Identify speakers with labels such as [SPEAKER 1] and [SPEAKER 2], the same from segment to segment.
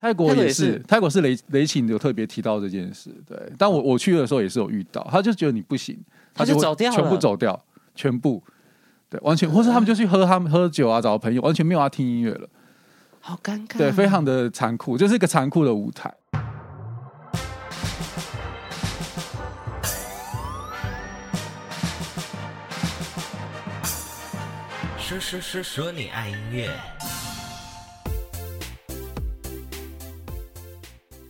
[SPEAKER 1] 泰国
[SPEAKER 2] 泰国
[SPEAKER 1] 也
[SPEAKER 2] 也
[SPEAKER 1] 是，
[SPEAKER 2] 是
[SPEAKER 1] 泰国是雷雷琴有特别提到这件事，对。但我我去的时候也是有遇到，他就觉得你不行，
[SPEAKER 2] 哦他就
[SPEAKER 1] 会
[SPEAKER 2] 走掉了哦
[SPEAKER 1] 全部走掉，全部，对，完全，或是他们就去喝他们喝酒啊，找朋友，完全没有要听音乐了，
[SPEAKER 2] 好尴尬，
[SPEAKER 1] 对，非常的残酷，就是一个残酷的舞台。
[SPEAKER 3] 说说说说你爱音乐，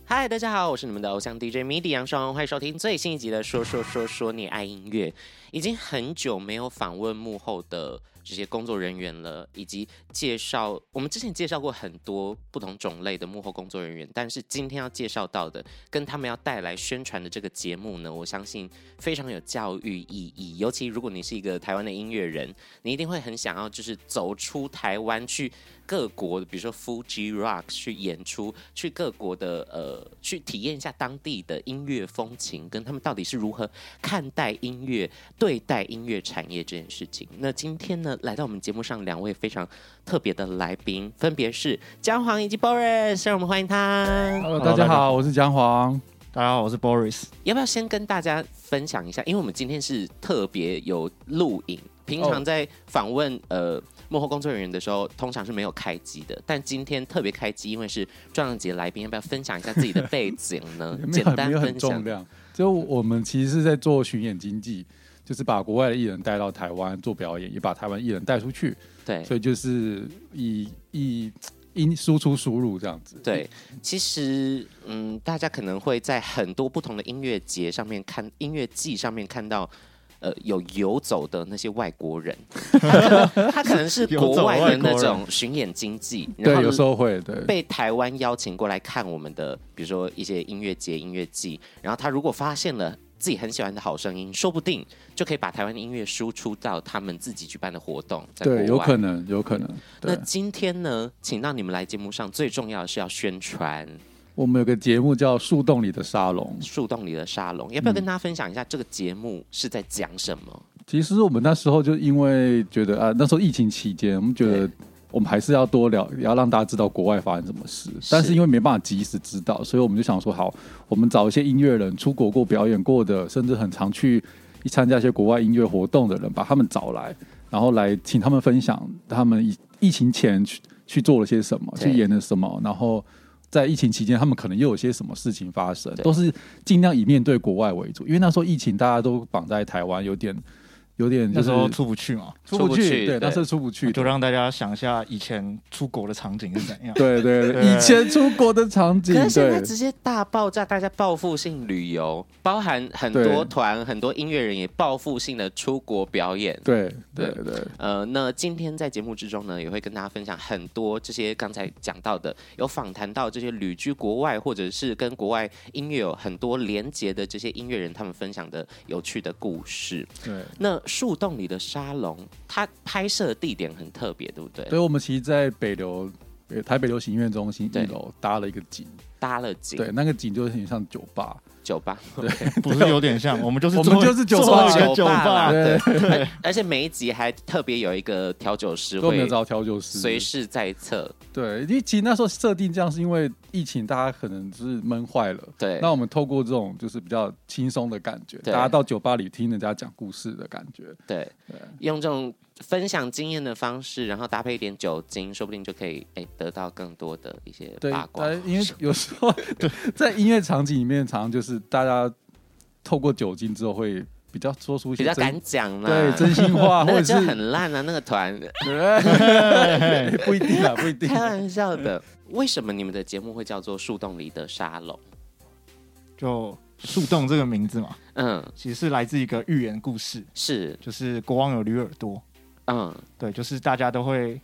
[SPEAKER 2] 嗨，大家好，我是你们的偶像 DJ MIDI 杨双，欢迎收听最新一集的《说说说说你爱音乐》。已经很久没有访问幕后的这些工作人员了，以及介绍我们之前介绍过很多不同种类的幕后工作人员，但是今天要介绍到的，跟他们要带来宣传的这个节目呢，我相信非常有教育意义。尤其如果你是一个台湾的音乐人，你一定会很想要就是走出台湾去各国，比如说 Fuji Rock 去演出，去各国的呃去体验一下当地的音乐风情，跟他们到底是如何看待音乐、对待音乐产业这件事情。那今天呢，来到我们节目上两位非常特别的来宾，分别是姜黄以及 Boris，让我们欢迎他。
[SPEAKER 1] Hello，大家
[SPEAKER 4] 大家
[SPEAKER 1] 好，我是姜黄，
[SPEAKER 4] 大家好，我是 Boris。
[SPEAKER 2] 要不要先跟大家分享一下？因为我们今天是特别有录影，平
[SPEAKER 1] 哦
[SPEAKER 2] 常在访问、呃幕后工作人员的时候，通常是没有开机的，但今天特别开机，因为是重量级的来宾，要不要分享一下自己的背景呢
[SPEAKER 1] 也？没
[SPEAKER 2] 简
[SPEAKER 1] 有啊
[SPEAKER 2] 单
[SPEAKER 1] 没有很
[SPEAKER 2] 分享
[SPEAKER 1] 重。量，就我们其实是在做巡演经济，就是把国外的艺人带到台湾做表演，也把台湾艺人带出去，
[SPEAKER 2] 对
[SPEAKER 1] 所以就是以以音输出输入这样子。
[SPEAKER 2] 对，其实嗯，大家可能会在很多不同的音乐节上面看音乐季上面看到。呃，有游走的那些外国人，他可能他可能是
[SPEAKER 4] 游
[SPEAKER 2] 国
[SPEAKER 4] 走
[SPEAKER 2] 外
[SPEAKER 4] 外
[SPEAKER 2] 的那
[SPEAKER 4] 国人
[SPEAKER 2] 种巡演经济，然
[SPEAKER 1] 对，
[SPEAKER 2] 后
[SPEAKER 1] 有时候会对。
[SPEAKER 2] 被台湾邀请过来看我们的，比如说一些音乐节、音乐季，然后他如果发现了自己很喜欢的好声音，说不定就可以把台湾的音乐输出到他们自己举办的活动，在国外。
[SPEAKER 1] 对，有可能，有可能。
[SPEAKER 2] 那
[SPEAKER 1] 对，
[SPEAKER 2] 今天呢，请到你们来节目上，最重要的是要宣传
[SPEAKER 1] 我们有个节目叫《树洞里的沙龙》，
[SPEAKER 2] 树洞里的沙龙，要不
[SPEAKER 1] 嗯
[SPEAKER 2] 要跟大家分享一下这个节目是在讲什么？
[SPEAKER 1] 其实我们那时候就因为觉得啊，那时候疫情期间，我们觉得
[SPEAKER 2] 对
[SPEAKER 1] 我们还是要多聊，要让大家知道国外发生什么事。
[SPEAKER 2] 是
[SPEAKER 1] 但是因为没办法及时知道，所以我们就想说，好，我们找一些音乐人出国过表演过的，甚至很常去参加一些国外音乐活动的人，把他们找来，然后来请他们分享他们疫疫情前去去做了些什么，
[SPEAKER 2] 对
[SPEAKER 1] 去演了什么，然后。在疫情期间，他们可能又有些什么事情发生，
[SPEAKER 2] 对
[SPEAKER 1] 都是尽量以面对国外为主，因为那时候疫情大家都绑在台湾，有点有点就
[SPEAKER 4] 那
[SPEAKER 1] 是
[SPEAKER 4] 时候出不去嘛，
[SPEAKER 1] 出
[SPEAKER 2] 出不
[SPEAKER 1] 不
[SPEAKER 2] 去
[SPEAKER 1] 去，对，
[SPEAKER 2] 对
[SPEAKER 1] 那是出不去
[SPEAKER 4] 就
[SPEAKER 1] 的。
[SPEAKER 4] 让大家想一下以前出国的场景是怎样。
[SPEAKER 1] 对对对，
[SPEAKER 4] 对
[SPEAKER 1] 以前出国的场景
[SPEAKER 2] 可，是现在
[SPEAKER 1] 对
[SPEAKER 2] 直接大爆炸，大家报复性旅游，包含很多
[SPEAKER 1] 对
[SPEAKER 2] 团、很多音乐人也报复性的出国表演。
[SPEAKER 1] 对对对
[SPEAKER 2] 呃，那今天在节目之中呢，也会跟大家分享很多这些刚才讲到的，有访谈到这些旅居国外或者是跟国外音乐有很多连结的这些音乐人，他们分享的有趣的故事。
[SPEAKER 1] 对。
[SPEAKER 2] 那树洞里的沙龙，它拍摄的地点很特别，对不对？
[SPEAKER 1] 所以我们其实，在北流北台北流行音乐中心一
[SPEAKER 2] 对
[SPEAKER 1] 楼搭了一个景，
[SPEAKER 2] 搭了景
[SPEAKER 1] 对，那个景就很像酒吧，
[SPEAKER 2] 酒吧，
[SPEAKER 4] 不是有点像，我们就是
[SPEAKER 1] 我们
[SPEAKER 4] 做
[SPEAKER 1] 就是酒吧
[SPEAKER 4] 做一
[SPEAKER 2] 酒
[SPEAKER 4] 个酒
[SPEAKER 2] 吧啦，
[SPEAKER 4] 吧，
[SPEAKER 2] 对，而而且每一集还特别有一个调酒
[SPEAKER 1] 所
[SPEAKER 2] 师
[SPEAKER 1] 以我们有
[SPEAKER 2] 会
[SPEAKER 1] 找调酒师，
[SPEAKER 2] 随时在侧，
[SPEAKER 1] 对，因为其实那时候设定这样是因为疫情，大家可能是闷坏了。
[SPEAKER 2] 对，
[SPEAKER 1] 那我们透过这种就是比较轻松的感觉，
[SPEAKER 2] 对
[SPEAKER 1] 大家到酒吧里听人家讲故事的感觉，
[SPEAKER 2] 对，用这种分享经验的方式，然后搭配一点酒精，说不定就可以哎、得到更多的一些
[SPEAKER 1] 对
[SPEAKER 2] 八，卦
[SPEAKER 1] 大。家因 为有时候 在音乐场景里面，常常就是大家透过酒精之后会比较说出一
[SPEAKER 2] 比
[SPEAKER 1] 些
[SPEAKER 2] 较
[SPEAKER 1] 真
[SPEAKER 2] 敢讲啦，
[SPEAKER 1] 对真心话，
[SPEAKER 2] 那
[SPEAKER 1] 或
[SPEAKER 2] 个
[SPEAKER 1] 者
[SPEAKER 2] 就是很烂啊，那个团
[SPEAKER 1] 对不一定啊，不一定
[SPEAKER 2] 开。玩笑 的。为什么你们的节目会叫做《树洞里的沙龙》？
[SPEAKER 4] 就树洞这个名字嘛，
[SPEAKER 2] 嗯，
[SPEAKER 4] 其实是来自一个寓言故事，
[SPEAKER 2] 是，
[SPEAKER 4] 就是国王有驴耳朵，
[SPEAKER 2] 嗯
[SPEAKER 4] 对，就是大家都会。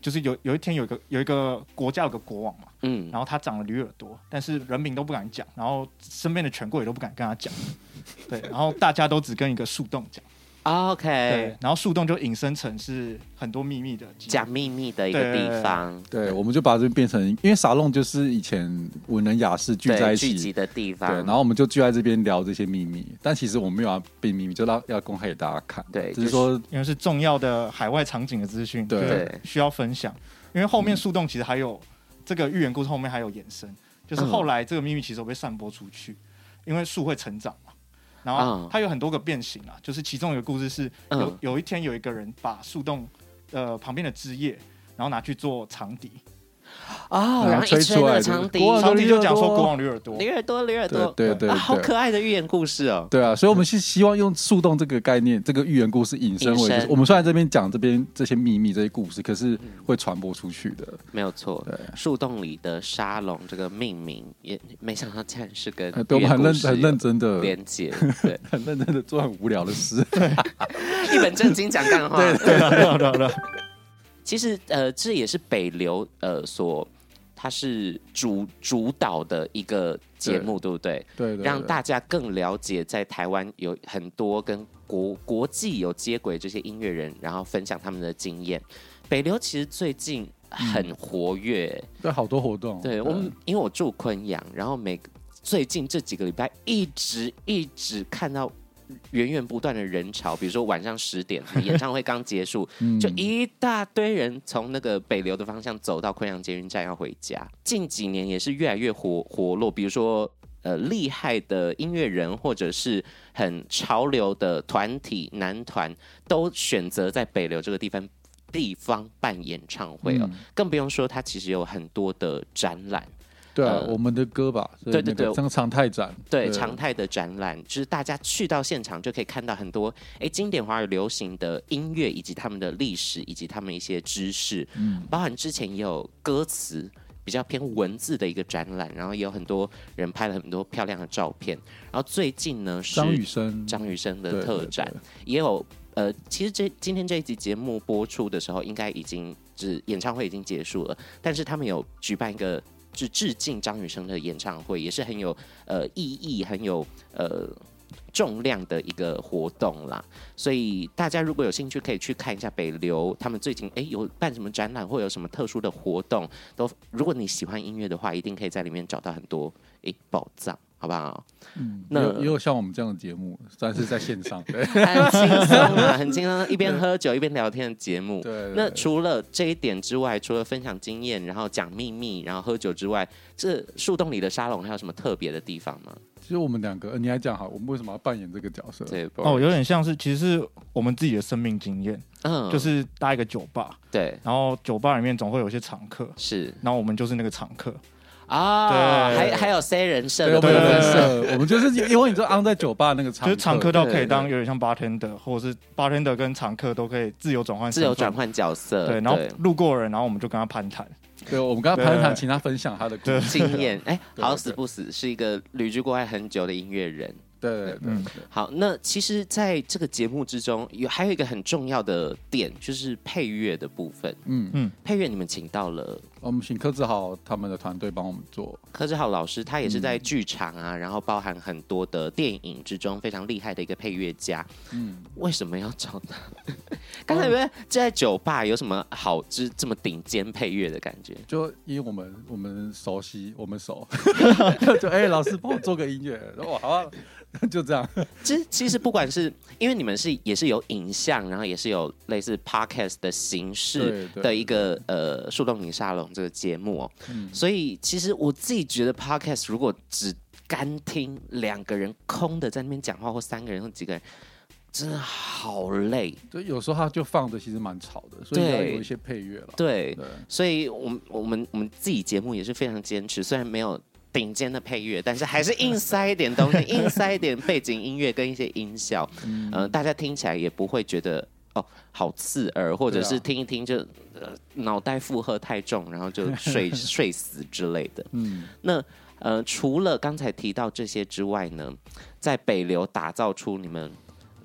[SPEAKER 4] 就是有有一天有一个有一个国家有个国王嘛，
[SPEAKER 2] 嗯，
[SPEAKER 4] 然后他长了驴耳朵，但是人民都不敢讲，然后身边的权贵也都不敢跟他讲，对，然后大家都只跟一个树洞讲。对
[SPEAKER 2] 哦 OK，，
[SPEAKER 4] 然后树洞就引申成是很多秘密的基地
[SPEAKER 2] 讲秘密的一个地方，
[SPEAKER 1] 对，我们就把这变成，因为沙龙就是以前文人雅士聚
[SPEAKER 2] 对
[SPEAKER 1] 在一
[SPEAKER 2] 聚
[SPEAKER 1] 起
[SPEAKER 2] 集，的地
[SPEAKER 1] 对，
[SPEAKER 2] 方，
[SPEAKER 1] 然后我们就聚在这边聊这些秘密，但其实我们没有要变秘密，就让要公开给大家看，
[SPEAKER 2] 对
[SPEAKER 1] 只是说
[SPEAKER 4] 因为是重要的海外场景的资讯，
[SPEAKER 1] 对
[SPEAKER 4] 就是需要分享。因为后面树洞其实还有这个寓言故事后面还有延伸，就是
[SPEAKER 2] 嗯
[SPEAKER 4] 后来这个秘密骑手被散播出去，因为树会成长嘛。然后
[SPEAKER 2] 嗯
[SPEAKER 4] 它有很多个变形啊，就是其中有一个故事是有
[SPEAKER 2] 嗯
[SPEAKER 4] 有一天有一个人把树洞呃旁边的枝叶，然后拿去做长笛，
[SPEAKER 2] 哦，然后
[SPEAKER 1] 吹
[SPEAKER 2] 一吹
[SPEAKER 1] 出来
[SPEAKER 2] 那个
[SPEAKER 1] 的
[SPEAKER 2] 长笛，
[SPEAKER 1] 国王
[SPEAKER 4] 长笛就
[SPEAKER 1] 驴耳
[SPEAKER 4] 讲说
[SPEAKER 1] 朵
[SPEAKER 4] 国王驴耳朵，
[SPEAKER 2] 驴耳朵，驴耳朵，
[SPEAKER 1] 对对对
[SPEAKER 2] 啊，好
[SPEAKER 1] 对
[SPEAKER 2] 可爱的寓言故事哦。
[SPEAKER 1] 对啊，所以我们是希望用树洞这个概念，这个寓言故事引申为，
[SPEAKER 2] 引申
[SPEAKER 1] 就是我们虽然这边讲这边这些秘密、这些故事，可是
[SPEAKER 2] 嗯
[SPEAKER 1] 会传播出去的。
[SPEAKER 2] 没有错
[SPEAKER 1] 对，
[SPEAKER 2] 树洞里的沙龙这个命名也没想到竟然是跟
[SPEAKER 1] 呃对，我们很认很认真的、
[SPEAKER 2] 连 接，对，
[SPEAKER 1] 很认真的做很无聊的事。
[SPEAKER 2] 一本正经讲 干话。
[SPEAKER 4] 对了对了对了，
[SPEAKER 2] 其实呃，这也是北流呃所它是主主导的一个节目，对不对？
[SPEAKER 1] 对对对，
[SPEAKER 2] 让大家更了解在台湾有很多跟国国际有接轨这些音乐人，然后分享他们的经验。北流其实最近很活跃、
[SPEAKER 1] 嗯对好多活动。
[SPEAKER 2] 对我们，因为我住昆阳，然后每最近这几个礼拜一直一直看到源源不断的人潮，比如说晚上十点演唱会刚结束，
[SPEAKER 1] 嗯
[SPEAKER 2] 就一大堆人从那个北流的方向走到昆阳捷运站要回家。近几年也是越来越活活络，比如说。呃，厉害的音乐人或者是很潮流的团体、男团，都选择在北流这个地方地方办演唱会哦。
[SPEAKER 1] 嗯
[SPEAKER 2] 更不用说它其实有很多的展览，
[SPEAKER 1] 对啊，
[SPEAKER 2] 呃
[SPEAKER 1] 我们的歌吧，所以
[SPEAKER 2] 对对
[SPEAKER 1] 那个
[SPEAKER 2] 对
[SPEAKER 1] 像常态展，
[SPEAKER 2] 对常态的展览，就是大家去到现场就可以看到很多诶经典华语流行的音乐，以及他们的历史，以及他们一些知识，
[SPEAKER 1] 嗯
[SPEAKER 2] 包含之前也有歌词。比较偏文字的一个展览，然后也有很多人拍了很多漂亮的照片。然后最近呢是
[SPEAKER 1] 张雨生，
[SPEAKER 2] 张雨生
[SPEAKER 1] 对
[SPEAKER 2] 的
[SPEAKER 1] 对
[SPEAKER 2] 特
[SPEAKER 1] 对
[SPEAKER 2] 展，也有呃，其实这今天这一集节目播出的时候，应该已经就是演唱会已经结束了，但是他们有举办一个就致敬张雨生的演唱会，也是很有呃意义、很有呃重量的一个活动啦。所以大家如果有兴趣，可以去看一下北流他们最近哎有办什么展览或有什么特殊的活动，都如果你喜欢音乐的话，一定可以在里面找到很多哎宝藏，好不好？
[SPEAKER 1] 嗯，也
[SPEAKER 2] 那
[SPEAKER 1] 有也有像我们这样的节目，但是在线 上。对
[SPEAKER 2] 很轻松啊， 很轻松，一边喝酒一边聊天的节目。
[SPEAKER 1] 对，
[SPEAKER 2] 那
[SPEAKER 1] 对
[SPEAKER 2] 除了这一点之外，除了分享经验，然后讲秘密，然后喝酒之外，这树洞里的沙龙还有什么特别的地方吗？
[SPEAKER 1] 其实我们两个，呃你还讲好，我们为什么要扮演这个角色？
[SPEAKER 2] 对，
[SPEAKER 4] 哦，，有点像是其实是我们自己的生命经验，
[SPEAKER 2] 嗯
[SPEAKER 4] 就是搭一个酒吧，
[SPEAKER 2] 对，
[SPEAKER 4] 然后酒吧里面总会有一些常客，
[SPEAKER 2] 是
[SPEAKER 4] 然后我们就是那个常客，
[SPEAKER 2] 啊，
[SPEAKER 4] 对
[SPEAKER 2] 还还有 C 人设
[SPEAKER 1] 对，
[SPEAKER 2] 的
[SPEAKER 1] 我
[SPEAKER 2] 部
[SPEAKER 1] 们有
[SPEAKER 4] 对
[SPEAKER 1] 人
[SPEAKER 2] 分是，
[SPEAKER 1] 设，我们就是因为你知道，安在酒吧那个
[SPEAKER 4] 就
[SPEAKER 1] 常
[SPEAKER 4] 是常客
[SPEAKER 1] 客，
[SPEAKER 4] 到
[SPEAKER 2] 对
[SPEAKER 4] 可以当
[SPEAKER 2] 对
[SPEAKER 4] 有点像 bartender，或者是 bartender 跟常客都可以自由转换身
[SPEAKER 2] 自
[SPEAKER 4] 份，
[SPEAKER 2] 由转换角色，
[SPEAKER 4] 对，然后路过的人，然后我们就跟他攀谈，
[SPEAKER 1] 对，我们刚刚
[SPEAKER 4] 对
[SPEAKER 1] 谈
[SPEAKER 4] 对
[SPEAKER 1] 谈，
[SPEAKER 4] 对
[SPEAKER 1] 请他分享他的故
[SPEAKER 4] 对
[SPEAKER 1] 事。
[SPEAKER 2] 经验，哎，
[SPEAKER 1] 对
[SPEAKER 2] 好
[SPEAKER 1] 对
[SPEAKER 2] 死不死是一个旅居国外很久的音乐人，
[SPEAKER 1] 对对对
[SPEAKER 4] 嗯
[SPEAKER 1] 对
[SPEAKER 2] 好，那其实在这个节目之中，有还有一个很重要的点，就是配乐的部分。
[SPEAKER 1] 嗯，
[SPEAKER 2] 配乐你们请到了
[SPEAKER 1] 我们请柯志豪他们的团队帮我们做，
[SPEAKER 2] 柯志浩老师，他也是在剧场啊，然后包含很多的电影之中非常厉害的一个配乐家。
[SPEAKER 1] 嗯，
[SPEAKER 2] 为什么要找他？ 刚才有没有这在酒吧有什么好之这么顶尖配乐的感觉？
[SPEAKER 1] 就因为我们我们熟悉，我们熟， 就哎、老师帮我做个音乐，哇， 好啊，就这样，
[SPEAKER 2] 其实其实不管是因为你们是也是有影像，然后也是有类似 podcast 的形式
[SPEAKER 1] 对对
[SPEAKER 2] 的一个呃树洞里沙龙这个节目哦，
[SPEAKER 1] 嗯
[SPEAKER 2] 所以其实我自己觉得 podcast 如果只干听两个人空的在那边讲话，或三个人或几个人，真的好累。
[SPEAKER 1] 就有时候他就放着，其实蛮吵的，所以
[SPEAKER 2] 对
[SPEAKER 1] 要有一些配乐了。
[SPEAKER 2] 对，
[SPEAKER 1] 对，
[SPEAKER 2] 所以我们我们我们自己节目也是非常坚持，虽然没有顶尖的配乐，但是 还是硬塞一点东西，硬塞一点 背景音乐跟一些音效，嗯、大家听起来也不会觉得。哦，好刺耳，或者
[SPEAKER 1] 对
[SPEAKER 2] 是
[SPEAKER 1] 啊
[SPEAKER 2] 听一听就、呃脑袋负荷太重，然后就 睡睡死之类的。
[SPEAKER 1] 嗯，
[SPEAKER 2] 那呃，除了刚才提到这些之外呢，在北流打造出你们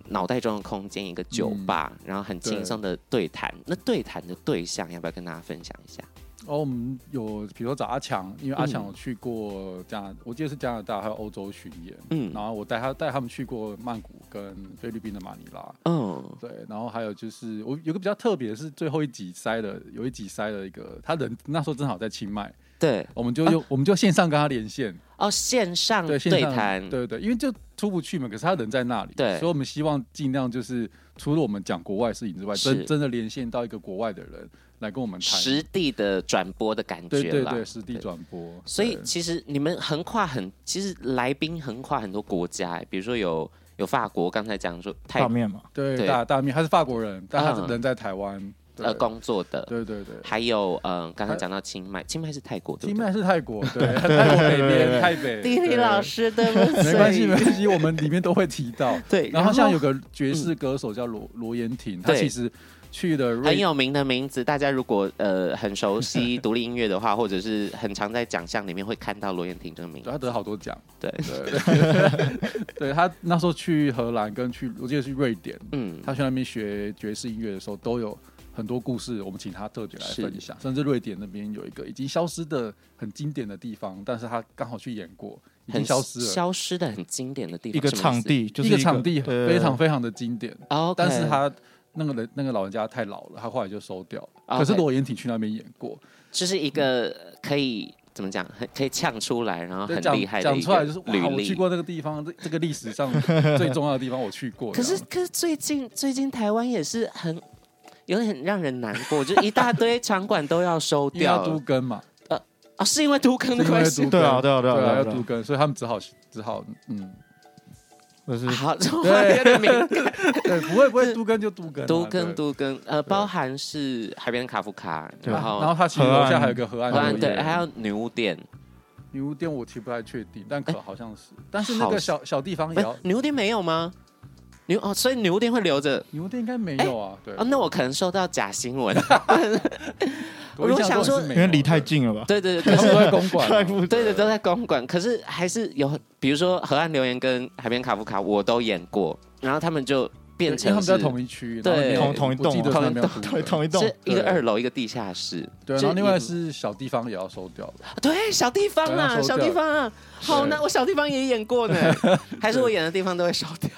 [SPEAKER 2] 脑袋中的空间，一个酒
[SPEAKER 1] 嗯
[SPEAKER 2] 吧，然后很轻松的对谈。那对谈的对象要不要跟大家分享一下？
[SPEAKER 1] 哦，我们有比如说找阿强，因为阿强
[SPEAKER 2] 嗯
[SPEAKER 1] 有去过加拿，我记得是加拿大还有欧洲巡演，
[SPEAKER 2] 嗯
[SPEAKER 1] 然后我带他带他们去过曼谷跟菲律宾的马尼拉，
[SPEAKER 2] 嗯，
[SPEAKER 1] 对，然后还有就是我有个比较特别的是最后一集塞了，有一集塞了一个他人那时候正好在清迈，
[SPEAKER 2] 对，
[SPEAKER 1] 我们就
[SPEAKER 2] 啊
[SPEAKER 1] 用、我们就线上跟他连线，
[SPEAKER 2] 哦，线上
[SPEAKER 1] 对，线
[SPEAKER 2] 对
[SPEAKER 1] 上
[SPEAKER 2] 谈，
[SPEAKER 1] 对对，因为就出不去嘛，可是他人在那里，
[SPEAKER 2] 对
[SPEAKER 1] 所以我们希望尽量就是除了我们讲国外事情之外，
[SPEAKER 2] 是
[SPEAKER 1] 真真的连线到一个国外的人，来跟我们谈。
[SPEAKER 2] 实地的转播的感觉啦。
[SPEAKER 1] 对对对，实地转播。
[SPEAKER 2] 所以
[SPEAKER 1] 对
[SPEAKER 2] 其实你们横跨很，其实来宾横跨很多国家、比如说有有法国，刚才讲说泰
[SPEAKER 4] 泡面嘛，
[SPEAKER 1] 对
[SPEAKER 2] 对
[SPEAKER 1] 大大面他是法国人，但他
[SPEAKER 2] 嗯
[SPEAKER 1] 是人在台湾。对
[SPEAKER 2] 呃工作的，
[SPEAKER 1] 对对对，
[SPEAKER 2] 还有嗯、呃刚才讲到清迈，清迈是泰国对
[SPEAKER 1] 金
[SPEAKER 2] 不对？
[SPEAKER 1] 麦是泰国， 对泰国北边泰北。
[SPEAKER 2] 地理
[SPEAKER 1] 对
[SPEAKER 2] 老师的
[SPEAKER 1] 没关系没关系，我们里面都会提 到。
[SPEAKER 2] 对，
[SPEAKER 1] 然后像有个爵士歌手叫罗罗延廷，他
[SPEAKER 2] 嗯对
[SPEAKER 1] 其实去了瑞
[SPEAKER 2] 很有名的名字，大家如果呃很熟悉独立音乐的话，或者是很常在奖项里面会看到罗燕婷这个
[SPEAKER 1] 对
[SPEAKER 2] 名字。
[SPEAKER 1] 他得好多奖，
[SPEAKER 2] 对
[SPEAKER 1] 对， 对他那时候去荷兰跟去，我记得去瑞典，
[SPEAKER 2] 嗯，
[SPEAKER 1] 他去那边学爵士音乐的时候，都有很多故事，我们请他特别来
[SPEAKER 2] 是
[SPEAKER 1] 分享。甚至瑞典那边有一个已经消失的很经典的地方，但是他刚好去演过，已经
[SPEAKER 2] 很
[SPEAKER 1] 消失了，
[SPEAKER 2] 消失的很经典的地方，
[SPEAKER 4] 一个场地就是
[SPEAKER 1] 一个场地
[SPEAKER 4] 对
[SPEAKER 1] 非常非常的经典，
[SPEAKER 2] 哦，
[SPEAKER 1] 但是他。那个人，那个老人家太老了，他后来就收掉了。
[SPEAKER 2] 啊 OK
[SPEAKER 1] 可是罗延廷去那边演过，
[SPEAKER 2] 就是一个可以怎么讲，很可以呛出来，然后
[SPEAKER 1] 对
[SPEAKER 2] 啊很
[SPEAKER 1] 讲
[SPEAKER 2] 厉害的
[SPEAKER 1] 讲
[SPEAKER 2] 一
[SPEAKER 1] 出
[SPEAKER 2] 个
[SPEAKER 1] 来就是
[SPEAKER 2] 履
[SPEAKER 1] 哇，我去
[SPEAKER 2] 历。
[SPEAKER 1] 过那个地方，这这个历史上最重要的地方我去过。
[SPEAKER 2] 可是
[SPEAKER 1] 这样
[SPEAKER 2] 可是最近最近台湾也是很有点很让人难过，就一大堆场馆都要收
[SPEAKER 1] 因为要
[SPEAKER 2] 掉
[SPEAKER 1] 都
[SPEAKER 2] 了
[SPEAKER 1] 根嘛，
[SPEAKER 2] 啊，是因为都坑
[SPEAKER 1] 是因
[SPEAKER 2] 的
[SPEAKER 1] 为
[SPEAKER 2] 关
[SPEAKER 1] 要
[SPEAKER 2] 系
[SPEAKER 1] 都。
[SPEAKER 4] 对啊对啊对啊
[SPEAKER 1] 对
[SPEAKER 4] 对啊
[SPEAKER 1] 要
[SPEAKER 4] 对啊
[SPEAKER 1] 都根，所以他们只好只好 嗯，
[SPEAKER 4] 就是
[SPEAKER 2] 好，这么有点敏感
[SPEAKER 1] 对， 不会不会都根就都根啊，
[SPEAKER 2] 都跟
[SPEAKER 1] 对
[SPEAKER 2] 都跟呃，包含是海边的卡夫卡，
[SPEAKER 4] 对
[SPEAKER 2] 然
[SPEAKER 1] 然
[SPEAKER 2] 后
[SPEAKER 1] 后然后他其实
[SPEAKER 4] 河岸
[SPEAKER 1] 楼下还有个河岸
[SPEAKER 2] 河岸
[SPEAKER 1] 作业
[SPEAKER 2] 对，还有女巫店，
[SPEAKER 1] 女巫店，我其实不太确定，但可
[SPEAKER 2] 哎
[SPEAKER 1] 好像是，但是那
[SPEAKER 2] 好哎
[SPEAKER 1] 个小小地方
[SPEAKER 2] 不
[SPEAKER 1] 也
[SPEAKER 2] 是
[SPEAKER 1] 要
[SPEAKER 2] 女巫店没有吗？女哦，所以女巫店会留着
[SPEAKER 1] 女巫店应该没有啊，对
[SPEAKER 2] 哦，那我可能收到假新闻，
[SPEAKER 1] 我印
[SPEAKER 2] 我想
[SPEAKER 1] 象中
[SPEAKER 2] 说
[SPEAKER 1] 是没
[SPEAKER 4] 因
[SPEAKER 1] 有
[SPEAKER 4] 为离太，近了吧，
[SPEAKER 2] 对
[SPEAKER 1] 对
[SPEAKER 2] 对对，
[SPEAKER 1] 他
[SPEAKER 2] 可
[SPEAKER 1] 们
[SPEAKER 2] 是
[SPEAKER 1] 都在公馆
[SPEAKER 4] 太
[SPEAKER 1] 啊，
[SPEAKER 4] 不
[SPEAKER 2] 对对都在公馆，可是还是有，比如说河岸留言跟海边卡夫卡，我都演过，然后他们就变
[SPEAKER 1] 因为他
[SPEAKER 2] 成
[SPEAKER 1] 们在
[SPEAKER 2] 是
[SPEAKER 1] 同一区，
[SPEAKER 2] 对
[SPEAKER 1] 然后没有
[SPEAKER 4] 同同一栋
[SPEAKER 1] 我记得
[SPEAKER 4] 啊
[SPEAKER 1] 他们没有
[SPEAKER 2] 同
[SPEAKER 1] 都
[SPEAKER 4] 同
[SPEAKER 1] 根
[SPEAKER 4] 同一栋
[SPEAKER 2] 是一个
[SPEAKER 1] 对
[SPEAKER 2] 二楼一个地下室，
[SPEAKER 1] 对，然
[SPEAKER 2] 就
[SPEAKER 1] 后另外
[SPEAKER 2] 一
[SPEAKER 1] 是小地方也要收 掉了，
[SPEAKER 2] 对，小地方
[SPEAKER 1] 对要
[SPEAKER 2] 啊，
[SPEAKER 1] 收
[SPEAKER 2] 小
[SPEAKER 1] 掉
[SPEAKER 2] 地方啊， 好难，我小地方也演过 呢，还是我演的地方都会烧掉。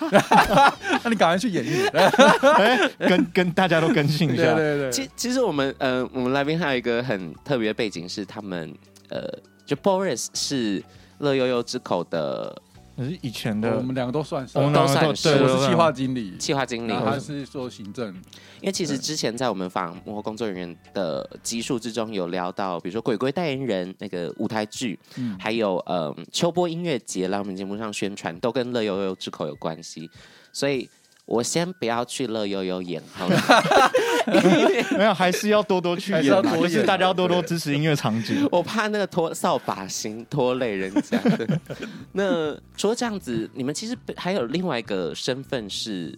[SPEAKER 1] 那你赶快去演 绎，
[SPEAKER 4] 哎，跟跟大家都更新一
[SPEAKER 1] 对
[SPEAKER 4] 下，
[SPEAKER 1] 对对，
[SPEAKER 2] 其其实我们呃，我们来宾还有一个很特别的背景是，他们呃，就 Boris 是乐悠悠之口的
[SPEAKER 4] 可是以前
[SPEAKER 1] 我
[SPEAKER 4] 的
[SPEAKER 1] 们两个都算是，
[SPEAKER 4] 我们
[SPEAKER 2] 都
[SPEAKER 4] 两个
[SPEAKER 2] 算
[SPEAKER 4] 都
[SPEAKER 2] 是
[SPEAKER 4] 对
[SPEAKER 1] 我
[SPEAKER 4] 对
[SPEAKER 1] 是
[SPEAKER 4] 对
[SPEAKER 1] 企划经理，
[SPEAKER 2] 企划经理
[SPEAKER 1] 然，啊后他是做行政，
[SPEAKER 2] 因为其
[SPEAKER 1] 嗯
[SPEAKER 2] 实之前在我们访幕后工作人员的集数之中有聊到，比如说《鬼鬼代言人》那个舞台剧，
[SPEAKER 1] 嗯，
[SPEAKER 2] 还有呃秋波音乐节来我们节目上宣传，都跟乐悠悠之口有关系，所以。我先不要去乐悠悠演好 了，
[SPEAKER 4] 没有，还是要多多去
[SPEAKER 1] 还是
[SPEAKER 4] 演
[SPEAKER 1] 要
[SPEAKER 4] 啊，
[SPEAKER 1] 多
[SPEAKER 4] 就是
[SPEAKER 1] 演
[SPEAKER 4] 大
[SPEAKER 1] 啊
[SPEAKER 4] 家要多多
[SPEAKER 1] 对
[SPEAKER 4] 支持音乐场景。
[SPEAKER 2] 我怕那个拖扫把型拖累人家。 对那除了这样子，你们其实还有另外一个身份是，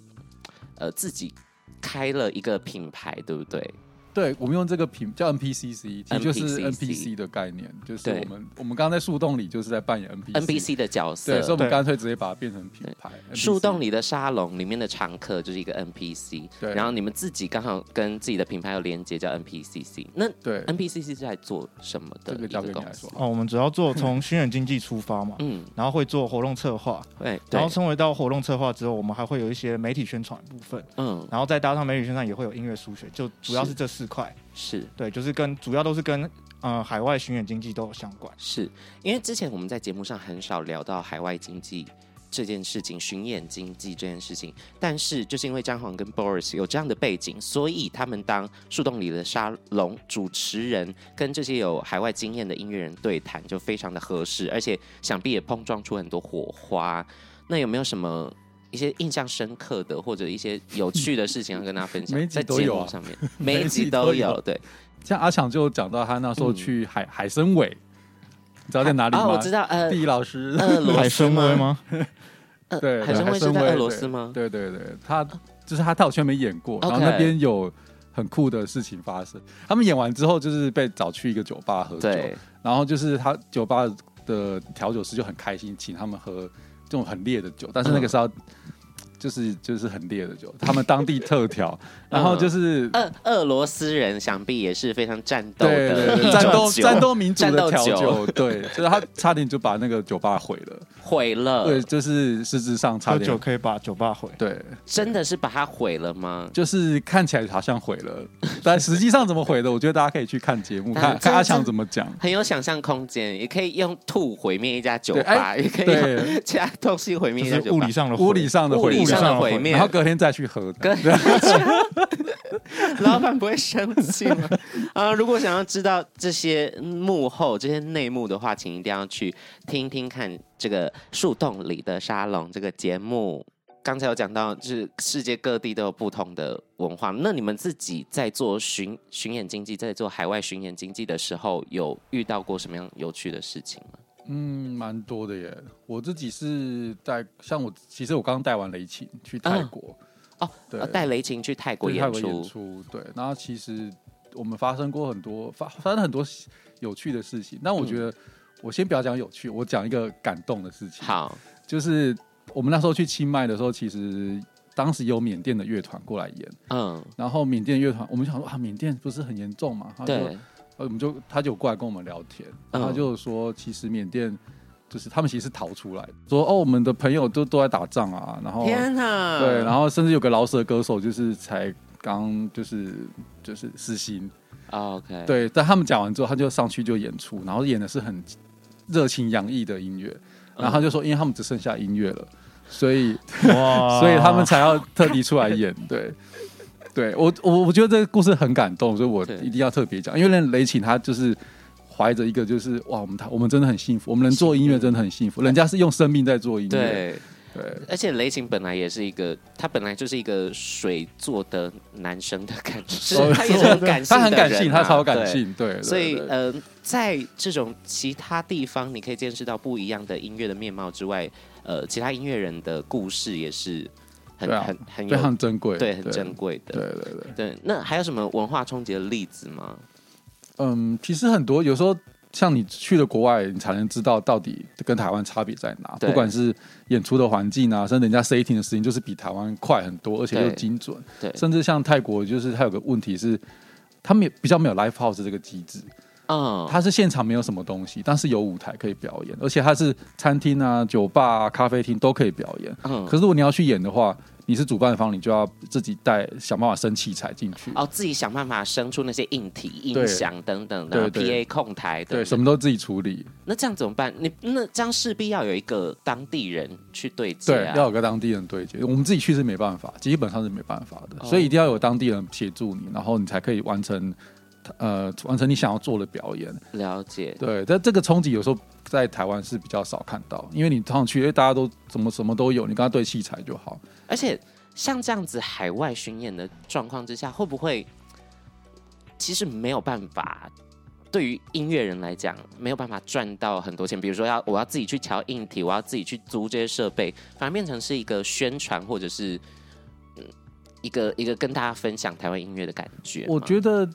[SPEAKER 2] 呃，自己开了一个品牌，对不对？
[SPEAKER 1] 对，我们用这个品叫 NPCC，其实就是
[SPEAKER 2] NPCC
[SPEAKER 1] NPC 的概念，就是
[SPEAKER 2] 对
[SPEAKER 1] 我们我们刚刚在树洞里就是在扮演 NPC。
[SPEAKER 2] NPC 的角
[SPEAKER 1] 对，所以我
[SPEAKER 2] 色，
[SPEAKER 1] 们干脆直接把它变成品牌。NPC
[SPEAKER 2] 树洞里的沙龙里面的常客就是一个 NPC，
[SPEAKER 1] 对
[SPEAKER 2] 然后你们自己刚好跟自己的品牌有连接，叫 NPCC。那
[SPEAKER 1] 对
[SPEAKER 2] NPCC 是在做什么的
[SPEAKER 1] 这个
[SPEAKER 2] 一
[SPEAKER 1] 交给你
[SPEAKER 2] 个
[SPEAKER 1] 来
[SPEAKER 2] 公司
[SPEAKER 1] 说？。
[SPEAKER 4] 哦，我们主要做从巡演经济出发嘛，
[SPEAKER 2] 嗯，
[SPEAKER 4] 然后会做活动策划，
[SPEAKER 2] 对，
[SPEAKER 4] 然
[SPEAKER 2] 对
[SPEAKER 4] 后，成为到活动策划之后，我们还会有一些媒体宣传部分，
[SPEAKER 2] 嗯，
[SPEAKER 4] 然后再搭上媒体宣传也会有音乐书学，就主要是这四块。
[SPEAKER 2] 是。
[SPEAKER 4] 对，就是跟主要都是跟呃海外巡演经济都有相关。
[SPEAKER 2] 是因为之前我们在节目上很少聊到海外经济这件事情、巡演经济这件事情，但是就是因为张皇跟 Boris 有这样的背景，所以他们当树洞里的沙龙主持人，跟这些有海外经验的音乐人对谈，就非常的合适，而且想必也碰撞出很多火花。那有没有什么？一些印象深刻的或者一些有趣的事情要跟大 家分享，
[SPEAKER 1] 每一集
[SPEAKER 2] 在
[SPEAKER 1] 都
[SPEAKER 2] 节
[SPEAKER 1] 有啊
[SPEAKER 2] 目上面，每一
[SPEAKER 1] 每一
[SPEAKER 2] 集
[SPEAKER 1] 集
[SPEAKER 2] 都
[SPEAKER 1] 都
[SPEAKER 2] 有
[SPEAKER 1] 有，
[SPEAKER 2] 对，
[SPEAKER 1] 像阿强就讲到他那时候去海、海参崴，你知道在哪里吗？
[SPEAKER 2] 嗯啊，我知道， 呃
[SPEAKER 1] 地，理老师，
[SPEAKER 2] 俄罗
[SPEAKER 4] 海
[SPEAKER 2] 斯
[SPEAKER 4] 参崴
[SPEAKER 2] 吗？
[SPEAKER 4] 吗？
[SPEAKER 2] 呃
[SPEAKER 1] 对，
[SPEAKER 2] 海参崴是在俄罗斯吗？
[SPEAKER 1] 对对对，对他就是他，他好像没演过，然后
[SPEAKER 2] OK
[SPEAKER 1] 那边有很酷的事情发生。他们演完之后，就是被找去一个酒吧喝酒，
[SPEAKER 2] 对，
[SPEAKER 1] 然后就是他酒吧的调酒师就很开心，请他们喝这种很烈的酒，但是那个
[SPEAKER 2] 嗯
[SPEAKER 1] 时候。就是就是很烈的酒，他们当地特调，
[SPEAKER 2] 嗯
[SPEAKER 1] 然后就是、
[SPEAKER 2] 俄俄罗斯人想必也是非常战呃斗
[SPEAKER 1] 对对
[SPEAKER 2] 的一
[SPEAKER 1] 对
[SPEAKER 2] 种
[SPEAKER 1] 战斗
[SPEAKER 2] 酒
[SPEAKER 1] 战斗民族
[SPEAKER 2] 战斗
[SPEAKER 1] 的调
[SPEAKER 2] 酒
[SPEAKER 1] 酒，对，就是他差点就把那个酒吧毁了，
[SPEAKER 2] 毁了，
[SPEAKER 1] 对，就是实质上差
[SPEAKER 4] 喝酒
[SPEAKER 1] 点，
[SPEAKER 4] 可以把酒吧毁。
[SPEAKER 1] 对，
[SPEAKER 2] 真的是把它毁了吗？
[SPEAKER 1] 就是看起来好像毁了，但实际上怎么毁的，我觉得大家可以去看节 目，
[SPEAKER 2] 但
[SPEAKER 1] 看
[SPEAKER 2] 这
[SPEAKER 1] 看阿强怎么讲。
[SPEAKER 2] 很有想象空间，也可以用吐毁灭一家酒
[SPEAKER 1] 对
[SPEAKER 2] 吧，
[SPEAKER 1] 哎
[SPEAKER 2] 也可以用
[SPEAKER 1] 对，
[SPEAKER 2] 其他东西毁灭
[SPEAKER 4] 就
[SPEAKER 2] 一家
[SPEAKER 4] 是
[SPEAKER 2] 酒
[SPEAKER 4] 物
[SPEAKER 2] 吧
[SPEAKER 4] 理。上的毁
[SPEAKER 1] 物理上的
[SPEAKER 2] 物
[SPEAKER 1] 毁
[SPEAKER 2] 理
[SPEAKER 1] 灭，上
[SPEAKER 2] 的
[SPEAKER 1] 的
[SPEAKER 2] 毁灭
[SPEAKER 1] 然后隔天再去喝。
[SPEAKER 2] 跟 老板不会生气 吗？啊、如果想要知道这些幕后、这些内幕的话，请一定要去听听看这个树洞里的沙龙这个节目。刚才有讲到，就是世界各地都有不同的文化。那你们自己在做巡巡演经济，在做海外巡演经济的时候，有遇到过什么样有趣的事情吗？
[SPEAKER 1] 嗯，蛮多的耶。我自己是带，像我其实我刚带完雷琴去泰
[SPEAKER 2] 嗯
[SPEAKER 1] 国，
[SPEAKER 2] 哦，
[SPEAKER 1] 对
[SPEAKER 2] 呃带雷琴去泰国
[SPEAKER 1] 对
[SPEAKER 2] 演
[SPEAKER 1] 泰国
[SPEAKER 2] 出，
[SPEAKER 1] 演出，对。然后其实我们发生过很多发发生很多有趣的事情，但我
[SPEAKER 2] 嗯
[SPEAKER 1] 觉得、我先不要讲有趣，我讲一个感动的事情。，
[SPEAKER 2] 好，
[SPEAKER 1] 就是我们那时候去清迈的时候，其实当时有缅甸的乐团过来演，
[SPEAKER 2] 嗯，
[SPEAKER 1] 然后缅甸乐团我们就想说啊，缅甸不是很严重嘛，他就
[SPEAKER 2] 对，
[SPEAKER 1] 呃我们就他就过来跟我们聊天，然
[SPEAKER 2] 嗯
[SPEAKER 1] 后他就说，其实缅甸就是他们其实是逃出来的，说哦，我们的朋友都都在打仗啊，然后
[SPEAKER 2] 天哪，
[SPEAKER 1] 对，然后甚至有个饶舌歌手就是才刚就是就是失心，
[SPEAKER 2] 哦 OK，，
[SPEAKER 1] 对，但他们讲完之后，他就上去就演出，然后演的是很热情洋溢的音乐，然后
[SPEAKER 2] 嗯
[SPEAKER 1] 他就说，因为他们只剩下音乐了，所以
[SPEAKER 4] 哇
[SPEAKER 1] 所以他
[SPEAKER 2] 啊
[SPEAKER 1] 们才要特地出来演，对。对我，我我觉得这个故事很感动，所以我
[SPEAKER 2] 对
[SPEAKER 1] 一定要特别讲，因为连雷琴他就是怀着一个就是哇，我们他我们真的很幸福，我们能做音乐真的很幸福，人家是用生命在做音乐，
[SPEAKER 2] 对。
[SPEAKER 1] 对
[SPEAKER 2] 而且雷霆本来也是一个，他本来就是一个水做的男生的感觉，就是 他也是很感性、啊
[SPEAKER 1] 他很感性，啊他超感。性，对，对
[SPEAKER 2] 对所以
[SPEAKER 1] 对
[SPEAKER 2] 呃，在这种其他地方，你可以见识到不一样的音乐的面貌之外，呃，其他音乐人的故事也是很、
[SPEAKER 1] 对啊
[SPEAKER 2] 很很
[SPEAKER 1] 非
[SPEAKER 2] 有
[SPEAKER 1] 常珍贵，
[SPEAKER 2] 对很珍贵
[SPEAKER 1] 对
[SPEAKER 2] 的。
[SPEAKER 1] 对对对，
[SPEAKER 2] 对，那还有什么文化冲击的例子吗？
[SPEAKER 1] 嗯，其实很多有时候像你去了国外，你才能知道到底跟台湾差别在哪，
[SPEAKER 2] 对
[SPEAKER 1] 不管是演出的环境啊，甚至人家 setting 的时间，就是比台湾快很多，而且又
[SPEAKER 2] 对
[SPEAKER 1] 精准。
[SPEAKER 2] 对，
[SPEAKER 1] 甚至像泰国，就是它有个问题是。他们也比较没有 live house 这个机制，
[SPEAKER 2] 嗯，
[SPEAKER 1] 它是现场没有什么东西，但是有舞台可以表演，而且它是餐厅啊、酒吧、啊、咖啡厅都可以表演。
[SPEAKER 2] 嗯
[SPEAKER 1] 可是如果你要去演的话，你是主办方，你就要自己带想办法生器材进去。
[SPEAKER 2] 哦，自己想办法生出那些硬体、音
[SPEAKER 1] 对
[SPEAKER 2] 响等等
[SPEAKER 1] 对
[SPEAKER 2] 的
[SPEAKER 1] 对
[SPEAKER 2] PA 控台等等
[SPEAKER 1] 对，什么都自己处理，
[SPEAKER 2] 那这样怎么办？你那这样势必要有一个当地人去对接
[SPEAKER 1] 对，
[SPEAKER 2] 啊。
[SPEAKER 1] 要有个当地人对接。我们自己去是没办法，基本上是没办法的，
[SPEAKER 2] 哦
[SPEAKER 1] 所以一定要有当地人协助你，然后你才可以完成，呃，完成你想要做的表演。
[SPEAKER 2] 了解，
[SPEAKER 1] 对，但这个冲击有时候在台湾是比较少看到，因为你通常去，哎，大家都怎么什么都有，你跟他对器材就好。
[SPEAKER 2] 而且像这样子海外巡演的状况之下，会不会其实没有办法？对于音乐人来讲，没有办法赚到很多钱。比如说要，我要自己去调硬体，我要自己去租这些设备，反而变成是一个宣传，或者是嗯一个一个跟大家分享台湾音乐的感觉吗。
[SPEAKER 1] 我觉得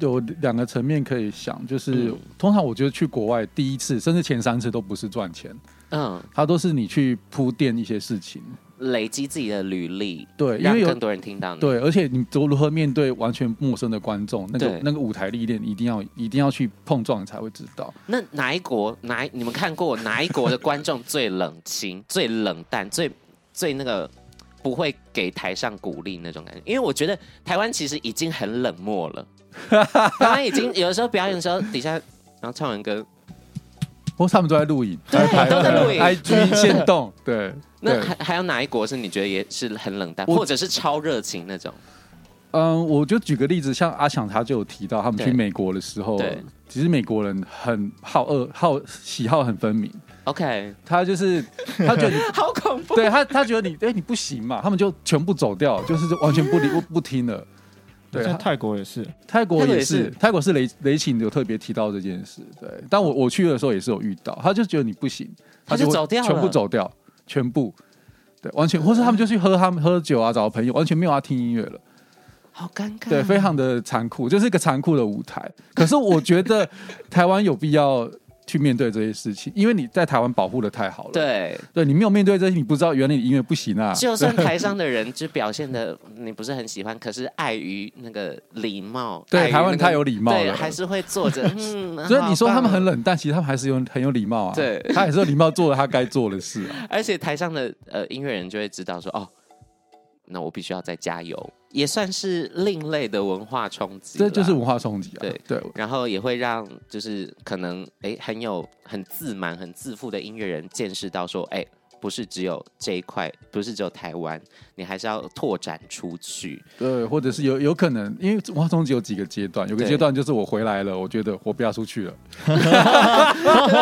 [SPEAKER 1] 有两个层面可以想，就是、
[SPEAKER 2] 嗯
[SPEAKER 1] 通常我觉得去国外第一次甚至前三次都不是赚钱，
[SPEAKER 2] 嗯，
[SPEAKER 1] 它都是你去铺垫一些事情。
[SPEAKER 2] 累积自己的履历，
[SPEAKER 1] 对，因
[SPEAKER 2] 让
[SPEAKER 1] 为有
[SPEAKER 2] 更多人听到你。
[SPEAKER 1] 对，而且你如如何面对完全陌生的观众，那
[SPEAKER 2] 对
[SPEAKER 1] 个那个舞台历练，一定要一定要去碰撞，你才会知道。
[SPEAKER 2] 那哪一国哪一你们看过哪一国的观众最冷清、 最冷淡、最最那个不会给台上鼓励那种感觉？因为我觉得台湾其实已经很冷漠 了，台湾已经有的时候表演的时候底下然后唱完歌，
[SPEAKER 1] 不过他们都在录影，
[SPEAKER 2] 对
[SPEAKER 1] 还拍
[SPEAKER 2] 都在 录影
[SPEAKER 1] IG 先动，对，
[SPEAKER 2] 那
[SPEAKER 1] 对
[SPEAKER 2] 还还有哪一国是你觉得也是很冷淡，
[SPEAKER 1] 我
[SPEAKER 2] 或者是超热情那种？
[SPEAKER 1] 嗯，我就举个例子，像阿强他就有提到，他们
[SPEAKER 2] 对
[SPEAKER 1] 去美国的时候
[SPEAKER 2] 对，
[SPEAKER 1] 其实美国人很好恶好喜好很分明，
[SPEAKER 2] OK，
[SPEAKER 1] 他就是他觉得你。
[SPEAKER 2] 好恐怖。
[SPEAKER 1] 对他，他觉得你，哎、你不行嘛，他们就全部走掉，就是完全不理不不听了。对，
[SPEAKER 4] 在
[SPEAKER 1] 他
[SPEAKER 4] 泰国也是，
[SPEAKER 1] 泰国也
[SPEAKER 2] 泰国也
[SPEAKER 1] 是
[SPEAKER 2] 是，
[SPEAKER 1] 泰国是雷雷琴有特别提到这件事，对。但我我去的时候也是有遇到，他就觉得你不行，
[SPEAKER 2] 他就
[SPEAKER 1] 会
[SPEAKER 2] 走掉了
[SPEAKER 1] 全部走掉，全部，对，完全，或是他们就去喝他们喝酒啊，找朋友，完全没有要听音乐了，
[SPEAKER 2] 好尴尬，
[SPEAKER 1] 对，非常的残酷，就是一个残酷的舞台。可是我觉 得台湾有必要去面对这些事情，因为你在台湾保护的太好了，，
[SPEAKER 2] 对，
[SPEAKER 1] 对你没有面对这些，你不知道原来你音乐不行啊，
[SPEAKER 2] 就算台上的人就表现的你不是很喜欢，可是碍于那个礼貌，
[SPEAKER 1] 对
[SPEAKER 2] 碍于
[SPEAKER 1] 台湾
[SPEAKER 2] 那个
[SPEAKER 1] 太有礼貌
[SPEAKER 2] 对，
[SPEAKER 1] 了
[SPEAKER 2] 还是会 坐着。嗯，
[SPEAKER 1] 所以你说他们很
[SPEAKER 2] 好
[SPEAKER 1] 冷淡，其实他们还是有很有礼貌啊，
[SPEAKER 2] 对
[SPEAKER 1] 他也是有礼貌做了他该做的事啊，
[SPEAKER 2] 棒，而且台上的呃音乐人就会知道说，哦，那我必须要再加油，也算是另类的文化冲击啦。
[SPEAKER 1] 这就是文化冲击啊，
[SPEAKER 2] 对
[SPEAKER 1] 对。
[SPEAKER 2] 然后也会让就是可能哎很有很自满、很自负的音乐人见识到说，哎，不是只有这一块，不是只有台湾，你还是要拓展出 去。
[SPEAKER 1] 对，或者是有有可能，因为挖中只有几个阶段，有个
[SPEAKER 2] 对
[SPEAKER 1] 阶段就是我回来了，我觉得我不要出去了，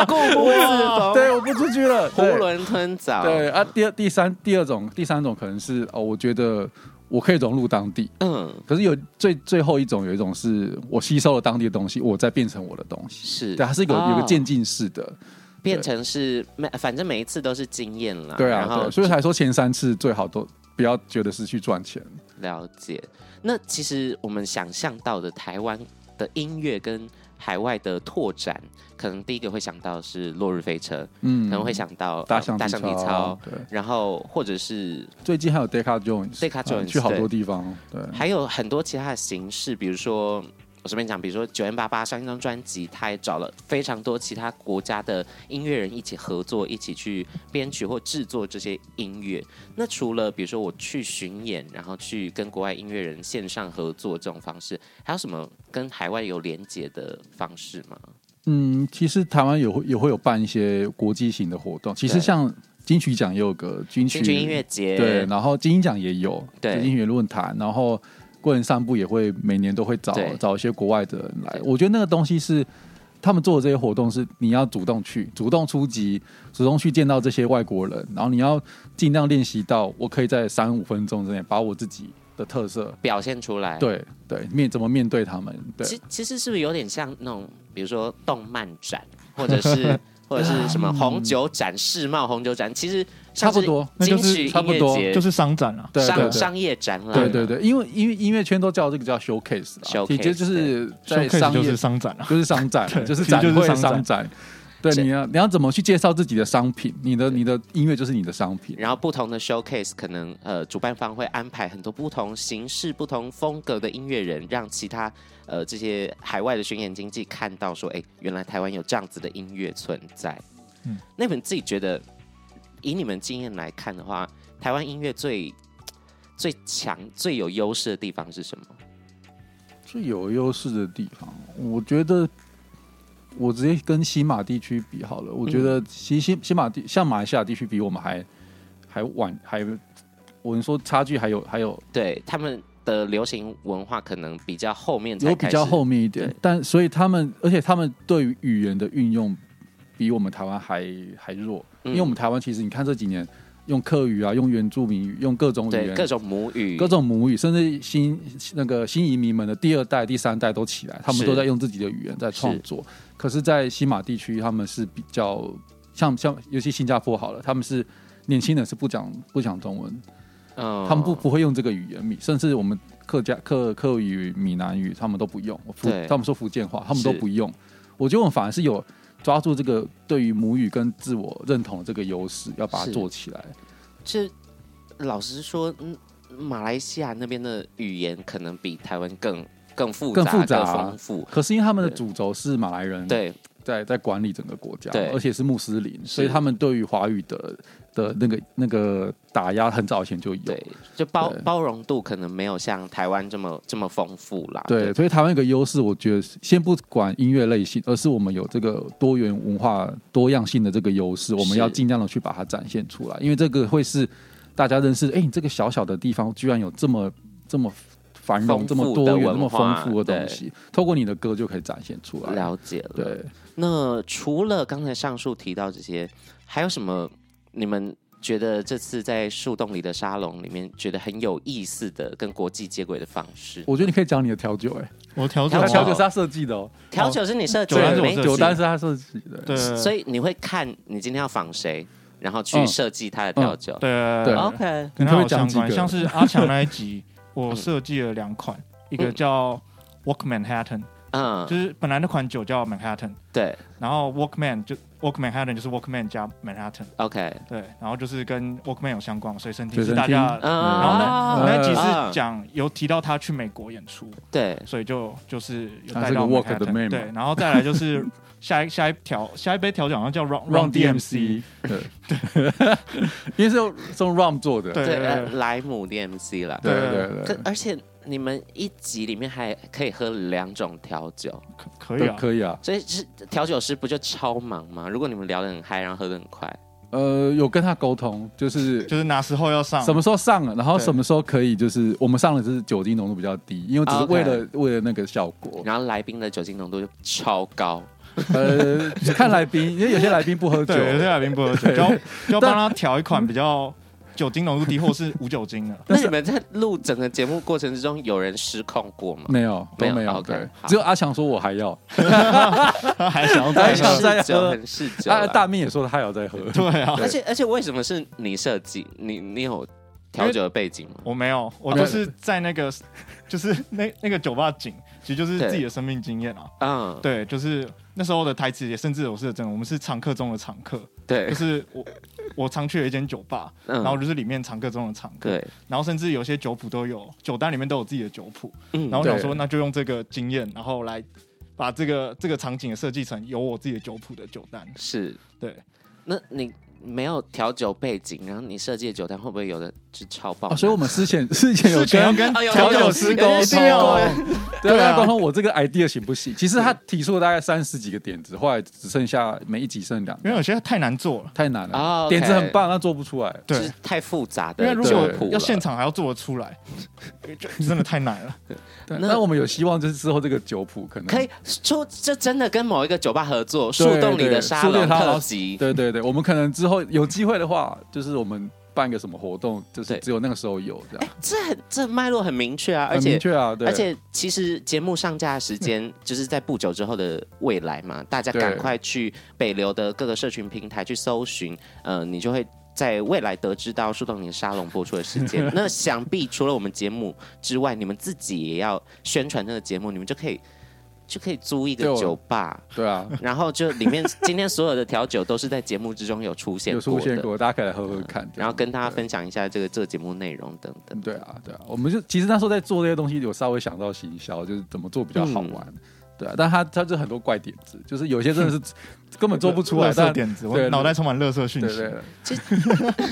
[SPEAKER 2] 固步自封，
[SPEAKER 1] 对，我不出去 了，
[SPEAKER 2] 囫
[SPEAKER 1] 对
[SPEAKER 2] 囵吞枣。
[SPEAKER 1] 对啊，第二、第三、第二种、第三种可能是哦，我觉得我可以融入当地，
[SPEAKER 2] 嗯，
[SPEAKER 1] 可是有最最后一种有一种是我吸收了当地的东西，我再变成我的东西，
[SPEAKER 2] 是
[SPEAKER 1] 对，它是有有一
[SPEAKER 2] 哦
[SPEAKER 1] 个渐进式的，
[SPEAKER 2] 变成是每反正每一次都是经验啦。
[SPEAKER 1] 对啊，
[SPEAKER 2] 然后
[SPEAKER 1] 对，所以才说前三次最好都不要觉得是去赚钱，
[SPEAKER 2] 了解。那其实我们想象到的台湾的音乐跟海外的拓展，可能第一个会想到是《落日飞车》
[SPEAKER 1] 嗯，
[SPEAKER 2] 可能会想到、呃
[SPEAKER 1] 大象
[SPEAKER 2] 大象体操，
[SPEAKER 1] 对，
[SPEAKER 2] 然后或者是
[SPEAKER 1] 最近还有 Deca Jones，
[SPEAKER 2] Decca
[SPEAKER 1] 啊
[SPEAKER 2] Jones，
[SPEAKER 1] 去好
[SPEAKER 2] 对
[SPEAKER 1] 多地方，对，
[SPEAKER 2] 还有很多其他的形式，比如说我随便讲，比如说九 N 八八上一张专辑，他也找了非常多其他国家的音乐人一起合作，一起去编曲或制作这些音乐。那除了比如说我去巡演，然后去跟国外音乐人线上合作这种方式，还有什么跟海外有连接的方式吗？
[SPEAKER 1] 嗯，其实台湾也会也会有办一些国际型的活动，其实
[SPEAKER 2] 对
[SPEAKER 1] 像金曲奖也有个金曲
[SPEAKER 2] 新军音乐节，
[SPEAKER 1] 对，然后金鹰奖也有，
[SPEAKER 2] 对
[SPEAKER 1] 就金曲论坛，然后个人散步也会每年都会找
[SPEAKER 2] 对
[SPEAKER 1] 找一些国外的人来
[SPEAKER 2] 对。
[SPEAKER 1] 我觉得那个东西是他们做的这些活动是你要主动去、主动出击、主动去见到这些外国人，然后你要尽量练习到我可以在三五分钟之内把我自己的特色，
[SPEAKER 2] 表现出来。
[SPEAKER 1] 对对，面怎么面对他们，对
[SPEAKER 2] 哎其其实是不是有点像那种，比如说动漫展，或者 是或者是什么红酒展、世贸红酒展，其实像
[SPEAKER 1] 差
[SPEAKER 2] 是
[SPEAKER 1] 不多
[SPEAKER 4] 那就
[SPEAKER 2] 金
[SPEAKER 4] 是
[SPEAKER 2] 曲
[SPEAKER 1] 差
[SPEAKER 2] 音
[SPEAKER 1] 不
[SPEAKER 2] 乐
[SPEAKER 1] 多
[SPEAKER 2] 节，
[SPEAKER 4] 就是商展啊。
[SPEAKER 1] 对对
[SPEAKER 2] 商
[SPEAKER 1] 对。
[SPEAKER 2] 商业展览，
[SPEAKER 1] 对对对，因为因为音乐圈都叫这个叫 showcase 啦，
[SPEAKER 2] Showcase，
[SPEAKER 1] 其实就是在
[SPEAKER 4] showcase
[SPEAKER 1] 商
[SPEAKER 4] 就
[SPEAKER 1] 业
[SPEAKER 4] 是商展啊，
[SPEAKER 1] 就是商展
[SPEAKER 4] 对，
[SPEAKER 1] 就是
[SPEAKER 4] 其实
[SPEAKER 1] 展
[SPEAKER 4] 就是
[SPEAKER 1] 会
[SPEAKER 4] 商展
[SPEAKER 1] 商展。对，
[SPEAKER 2] 是
[SPEAKER 1] 你要你要怎么去介绍自己的商品？你的你的音乐就是你的商品。
[SPEAKER 2] 然后不同的 showcase 可能呃，主办方会安排很多不同形式、不同风格的音乐人，让其他呃这些海外的巡演经济看到说，哎，原来台湾有这样子的音乐存在。嗯
[SPEAKER 4] 嗯，
[SPEAKER 2] 那你们自己觉得，以你们经验来看的话，台湾音乐最最强、最有优势的地方是什么？
[SPEAKER 1] 最有优势的地方，我觉得我直接跟西马地区比好了。我觉得西西西马地像马来西亚地区比我们还还晚，还我们说差距还有还有
[SPEAKER 2] 对他们的流行文化可能比较后面才
[SPEAKER 1] 有比较
[SPEAKER 2] 开始，
[SPEAKER 1] 后面一点
[SPEAKER 2] 对，
[SPEAKER 1] 但所以他们而且他们对于语言的运用比我们台湾还还弱，
[SPEAKER 2] 嗯
[SPEAKER 1] 因为我们台湾其实你看这几年用客语啊，用原住民语，用各种语
[SPEAKER 2] 对
[SPEAKER 1] 言
[SPEAKER 2] 各种母语，
[SPEAKER 1] 各种母语，甚至新那个新移民们的第二代、第三代都起来，他们
[SPEAKER 2] 是
[SPEAKER 1] 都在用自己的语言在创作。可是，在西马地区，他们是比较像像，尤其新加坡好了，他们是年轻人是不讲不讲中文，
[SPEAKER 2] 嗯
[SPEAKER 1] 他们不不会用这个语言米，甚至我们客家客客语、闽南语，他们都不用。福
[SPEAKER 2] 对
[SPEAKER 1] 他们说福建话，他们都
[SPEAKER 2] 是
[SPEAKER 1] 不用。我觉得我们反而是有抓住这个对于母语跟自我认同的这个优势，要把它
[SPEAKER 2] 是
[SPEAKER 1] 做起来。
[SPEAKER 2] 这老实说，嗯，马来西亚那边的语言可能比台湾更更复杂、
[SPEAKER 1] 更复杂啊嗯
[SPEAKER 2] 丰富。
[SPEAKER 1] 可是因为他们的
[SPEAKER 2] 对
[SPEAKER 1] 主轴是马来人，
[SPEAKER 2] 对，
[SPEAKER 1] 在在管理整个国家
[SPEAKER 2] 对，
[SPEAKER 1] 而且是穆斯林，所以他们对于华语的的那个那个打压很早以前就有。
[SPEAKER 2] 对，就包
[SPEAKER 1] 对
[SPEAKER 2] 包容度可能没有像台湾这么这么丰富啦。
[SPEAKER 1] 对，所以台湾有个优势，我觉得是先不管音乐类型，而是我们有这个多元文化多样性的这个优势，我们
[SPEAKER 2] 是
[SPEAKER 1] 要尽量的去把它展现出来，因为这个会是大家认识，哎，你这个小小的地方居然有这么这么繁
[SPEAKER 2] 丰
[SPEAKER 1] 荣、
[SPEAKER 2] 富
[SPEAKER 1] 这么多
[SPEAKER 2] 的
[SPEAKER 1] 元、
[SPEAKER 2] 文
[SPEAKER 1] 这么丰富
[SPEAKER 2] 化
[SPEAKER 1] 的东西，透过你的歌就可以展现出来。
[SPEAKER 2] 了解了。
[SPEAKER 1] 对，
[SPEAKER 2] 那除了刚才上述提到这些，还有什么你们觉得这次在树洞里的沙龙里面觉得很有意思的跟国际接轨的方式？
[SPEAKER 1] 我觉得你可以讲你的调酒、哎，
[SPEAKER 4] 我调整
[SPEAKER 2] 调
[SPEAKER 1] 他
[SPEAKER 2] 酒
[SPEAKER 1] 调酒是他设计的哦，
[SPEAKER 2] 调酒是你设计
[SPEAKER 4] 酒单
[SPEAKER 2] 的，
[SPEAKER 4] 是我
[SPEAKER 2] 没
[SPEAKER 4] 设计的
[SPEAKER 1] 哦啊酒单是他设计的，
[SPEAKER 4] 对，
[SPEAKER 2] 所以你会看你今天要仿谁，然后去
[SPEAKER 1] 嗯
[SPEAKER 2] 设计他的调酒。
[SPEAKER 4] 嗯对
[SPEAKER 1] 对
[SPEAKER 2] OK，
[SPEAKER 1] 你
[SPEAKER 4] 跟
[SPEAKER 1] 可
[SPEAKER 4] 它
[SPEAKER 1] 不可
[SPEAKER 4] 有
[SPEAKER 1] 以讲
[SPEAKER 4] 相
[SPEAKER 1] 几
[SPEAKER 4] 关，
[SPEAKER 1] 个？
[SPEAKER 4] 像是阿强那 一集，我设计了两款，一个叫 Walkman Hatton，
[SPEAKER 2] 嗯，
[SPEAKER 4] 就是本来那款酒叫 Manhattan，
[SPEAKER 2] 对
[SPEAKER 4] 然后 Walkman 就 Walkman Hatton 就是 Walkman 加 Manhattan，
[SPEAKER 2] ，OK，
[SPEAKER 4] 对，然后就是跟 Walkman 有相关，随身听
[SPEAKER 1] 随
[SPEAKER 4] 是
[SPEAKER 1] 身
[SPEAKER 4] 大家。
[SPEAKER 2] 嗯，
[SPEAKER 4] 然后
[SPEAKER 2] 啊
[SPEAKER 4] 呢，我那集
[SPEAKER 2] 啊
[SPEAKER 4] 是讲有提到他去美国演出，
[SPEAKER 2] 对，
[SPEAKER 4] 所以就就是有
[SPEAKER 1] 他
[SPEAKER 4] 带
[SPEAKER 1] 是个
[SPEAKER 4] 到
[SPEAKER 1] Walk 的
[SPEAKER 4] Manhattan，
[SPEAKER 1] 妹嘛
[SPEAKER 4] 对，然后再来就是 下一下一条下一杯调酒好像叫 Run
[SPEAKER 1] Run DMC，
[SPEAKER 4] DMC，
[SPEAKER 1] 对， 因为是用是用 Run 做的，
[SPEAKER 4] 对
[SPEAKER 2] 对，呃莱姆 DMC 啦。
[SPEAKER 1] 对
[SPEAKER 4] 对
[SPEAKER 1] 对
[SPEAKER 2] 可
[SPEAKER 1] 对，
[SPEAKER 2] 而且你们一集里面还可以喝两种调酒，
[SPEAKER 4] 可可以啊
[SPEAKER 1] 都，可以啊。
[SPEAKER 2] 所以是调酒师不就超忙吗？如果你们聊得很嗨，然后喝得很快，
[SPEAKER 1] 呃，有跟他沟通，就是
[SPEAKER 4] 就是哪时候要上，
[SPEAKER 1] 什么时候上了，然后
[SPEAKER 4] 对
[SPEAKER 1] 什么时候可以，就是我们上的就是酒精浓度比较低，因为只是
[SPEAKER 2] OK
[SPEAKER 1] 为了为了那个效 果。
[SPEAKER 2] 然后来宾的酒精浓度就超高，
[SPEAKER 1] 呃，看来宾，因为有些来宾不喝酒
[SPEAKER 4] 对，，有些来宾不喝酒， 就要就要帮他调一款比较酒精浓度低或是无酒精的。
[SPEAKER 2] 那你们在录整个节目过程之中，有人失控过吗？
[SPEAKER 1] 没有都
[SPEAKER 2] 没
[SPEAKER 1] 没
[SPEAKER 2] 有
[SPEAKER 1] 有，
[SPEAKER 2] OK，
[SPEAKER 1] 对
[SPEAKER 2] 好，
[SPEAKER 1] 只有阿强说我还要，
[SPEAKER 4] 还想要
[SPEAKER 1] 还
[SPEAKER 4] 再
[SPEAKER 1] 想
[SPEAKER 4] 喝？
[SPEAKER 1] 再
[SPEAKER 2] 很嗜酒，
[SPEAKER 1] 喝
[SPEAKER 2] 很嗜酒
[SPEAKER 1] 啊，
[SPEAKER 2] 啦。
[SPEAKER 1] 大咪也说他有在喝，
[SPEAKER 4] 对啊，
[SPEAKER 2] 哦而且而且为什么是你设计？你你有调酒的背景吗？
[SPEAKER 4] 我没有，我就是在那个 就是那那个酒吧景，其实就是自己的生命经验啊。
[SPEAKER 2] 嗯，
[SPEAKER 4] 对，就是那时候的台词也甚至我是真的，我们是常客中的常客，
[SPEAKER 2] 对
[SPEAKER 4] 就，是我我常去的一间酒吧，
[SPEAKER 2] 哎嗯
[SPEAKER 4] 然后就是里面常客中的常客，
[SPEAKER 2] 对，
[SPEAKER 4] 然后甚至有些酒谱都有酒单里面都有自己的酒谱，
[SPEAKER 2] 嗯
[SPEAKER 4] 然后我想说
[SPEAKER 1] 对
[SPEAKER 4] 那就用这个经验，然后来把这个这个场景设计成有我自己的酒谱的酒单。
[SPEAKER 2] 是，
[SPEAKER 4] 对，
[SPEAKER 2] 那你没有调酒背景，然后你设计的酒单会不会有的是超爆
[SPEAKER 1] 啊
[SPEAKER 4] 哦
[SPEAKER 2] 满？
[SPEAKER 1] 所以我们之前之前有
[SPEAKER 4] 之前要
[SPEAKER 1] 跟
[SPEAKER 4] 跟
[SPEAKER 2] 哎呦
[SPEAKER 4] 调酒
[SPEAKER 1] 有
[SPEAKER 4] 师
[SPEAKER 1] 有
[SPEAKER 4] 沟
[SPEAKER 1] 有
[SPEAKER 4] 通
[SPEAKER 1] 有，对
[SPEAKER 4] 对啊
[SPEAKER 1] 啊，沟通我这个 idea 行不行？其实他提出了大概三十几个点子，后来只剩下每一集剩两个
[SPEAKER 4] 因，为有些太难做了。
[SPEAKER 1] 太难
[SPEAKER 2] 哦
[SPEAKER 1] 了，
[SPEAKER 2] ，OK
[SPEAKER 1] 点子很棒，但做不出来。
[SPEAKER 2] 就
[SPEAKER 4] 对
[SPEAKER 2] 是，太复杂
[SPEAKER 4] 因为
[SPEAKER 2] 的
[SPEAKER 4] 如
[SPEAKER 2] 酒
[SPEAKER 4] 果
[SPEAKER 1] 对
[SPEAKER 2] 谱了。
[SPEAKER 4] 要现场还要做得 出来，就真的太难了。
[SPEAKER 1] 对
[SPEAKER 2] 那
[SPEAKER 1] 那我们有希望就是之后这个酒谱可能
[SPEAKER 2] 可以出，这真的跟某一个酒吧合作，树洞里的沙
[SPEAKER 1] 树洞
[SPEAKER 2] 龙
[SPEAKER 1] 里的沙
[SPEAKER 2] 特
[SPEAKER 1] 龙
[SPEAKER 2] 辑，
[SPEAKER 1] 对对对，我们可能之后有机会的话，就是我们办个什么活动，就是
[SPEAKER 2] 对
[SPEAKER 1] 只有那个时候有这样，
[SPEAKER 2] 这很这脉络很明确啊，而
[SPEAKER 1] 很
[SPEAKER 2] 且
[SPEAKER 1] 明确啊，对，嗯
[SPEAKER 2] 而且其实节目上架的时间就是在不久之后的未来嘛，大家
[SPEAKER 1] 对
[SPEAKER 2] 赶快去北流的各个社群平台去搜寻，呃，你就会。在未来得知到树洞林沙龙播出的 时间，那想必除了我们节目之外，你们自己也要宣传这个节目，你们就可以就可以租一
[SPEAKER 1] 对
[SPEAKER 2] 个
[SPEAKER 1] 我
[SPEAKER 2] 酒 吧，
[SPEAKER 1] 对啊，
[SPEAKER 2] 然后就里面今天所有的调酒都是在节目之中有出现
[SPEAKER 1] 有出
[SPEAKER 2] 过
[SPEAKER 1] 现
[SPEAKER 2] 的，
[SPEAKER 1] 过，大家可以来喝喝看，这样
[SPEAKER 2] 然后跟大家分享一下这个这个节目内容等等。
[SPEAKER 1] 对啊，对啊，我们就其实那时候在做这些东西，有稍微想到行销，就是怎么做比较好玩，
[SPEAKER 2] 嗯
[SPEAKER 1] 对啊，但他他就很多怪点子，就是有些真的 是根本做不出来，
[SPEAKER 4] 垃圾
[SPEAKER 1] 但
[SPEAKER 4] 点子，我
[SPEAKER 1] 对
[SPEAKER 4] 脑袋充满垃圾讯
[SPEAKER 1] 对
[SPEAKER 4] 息。
[SPEAKER 1] 对，对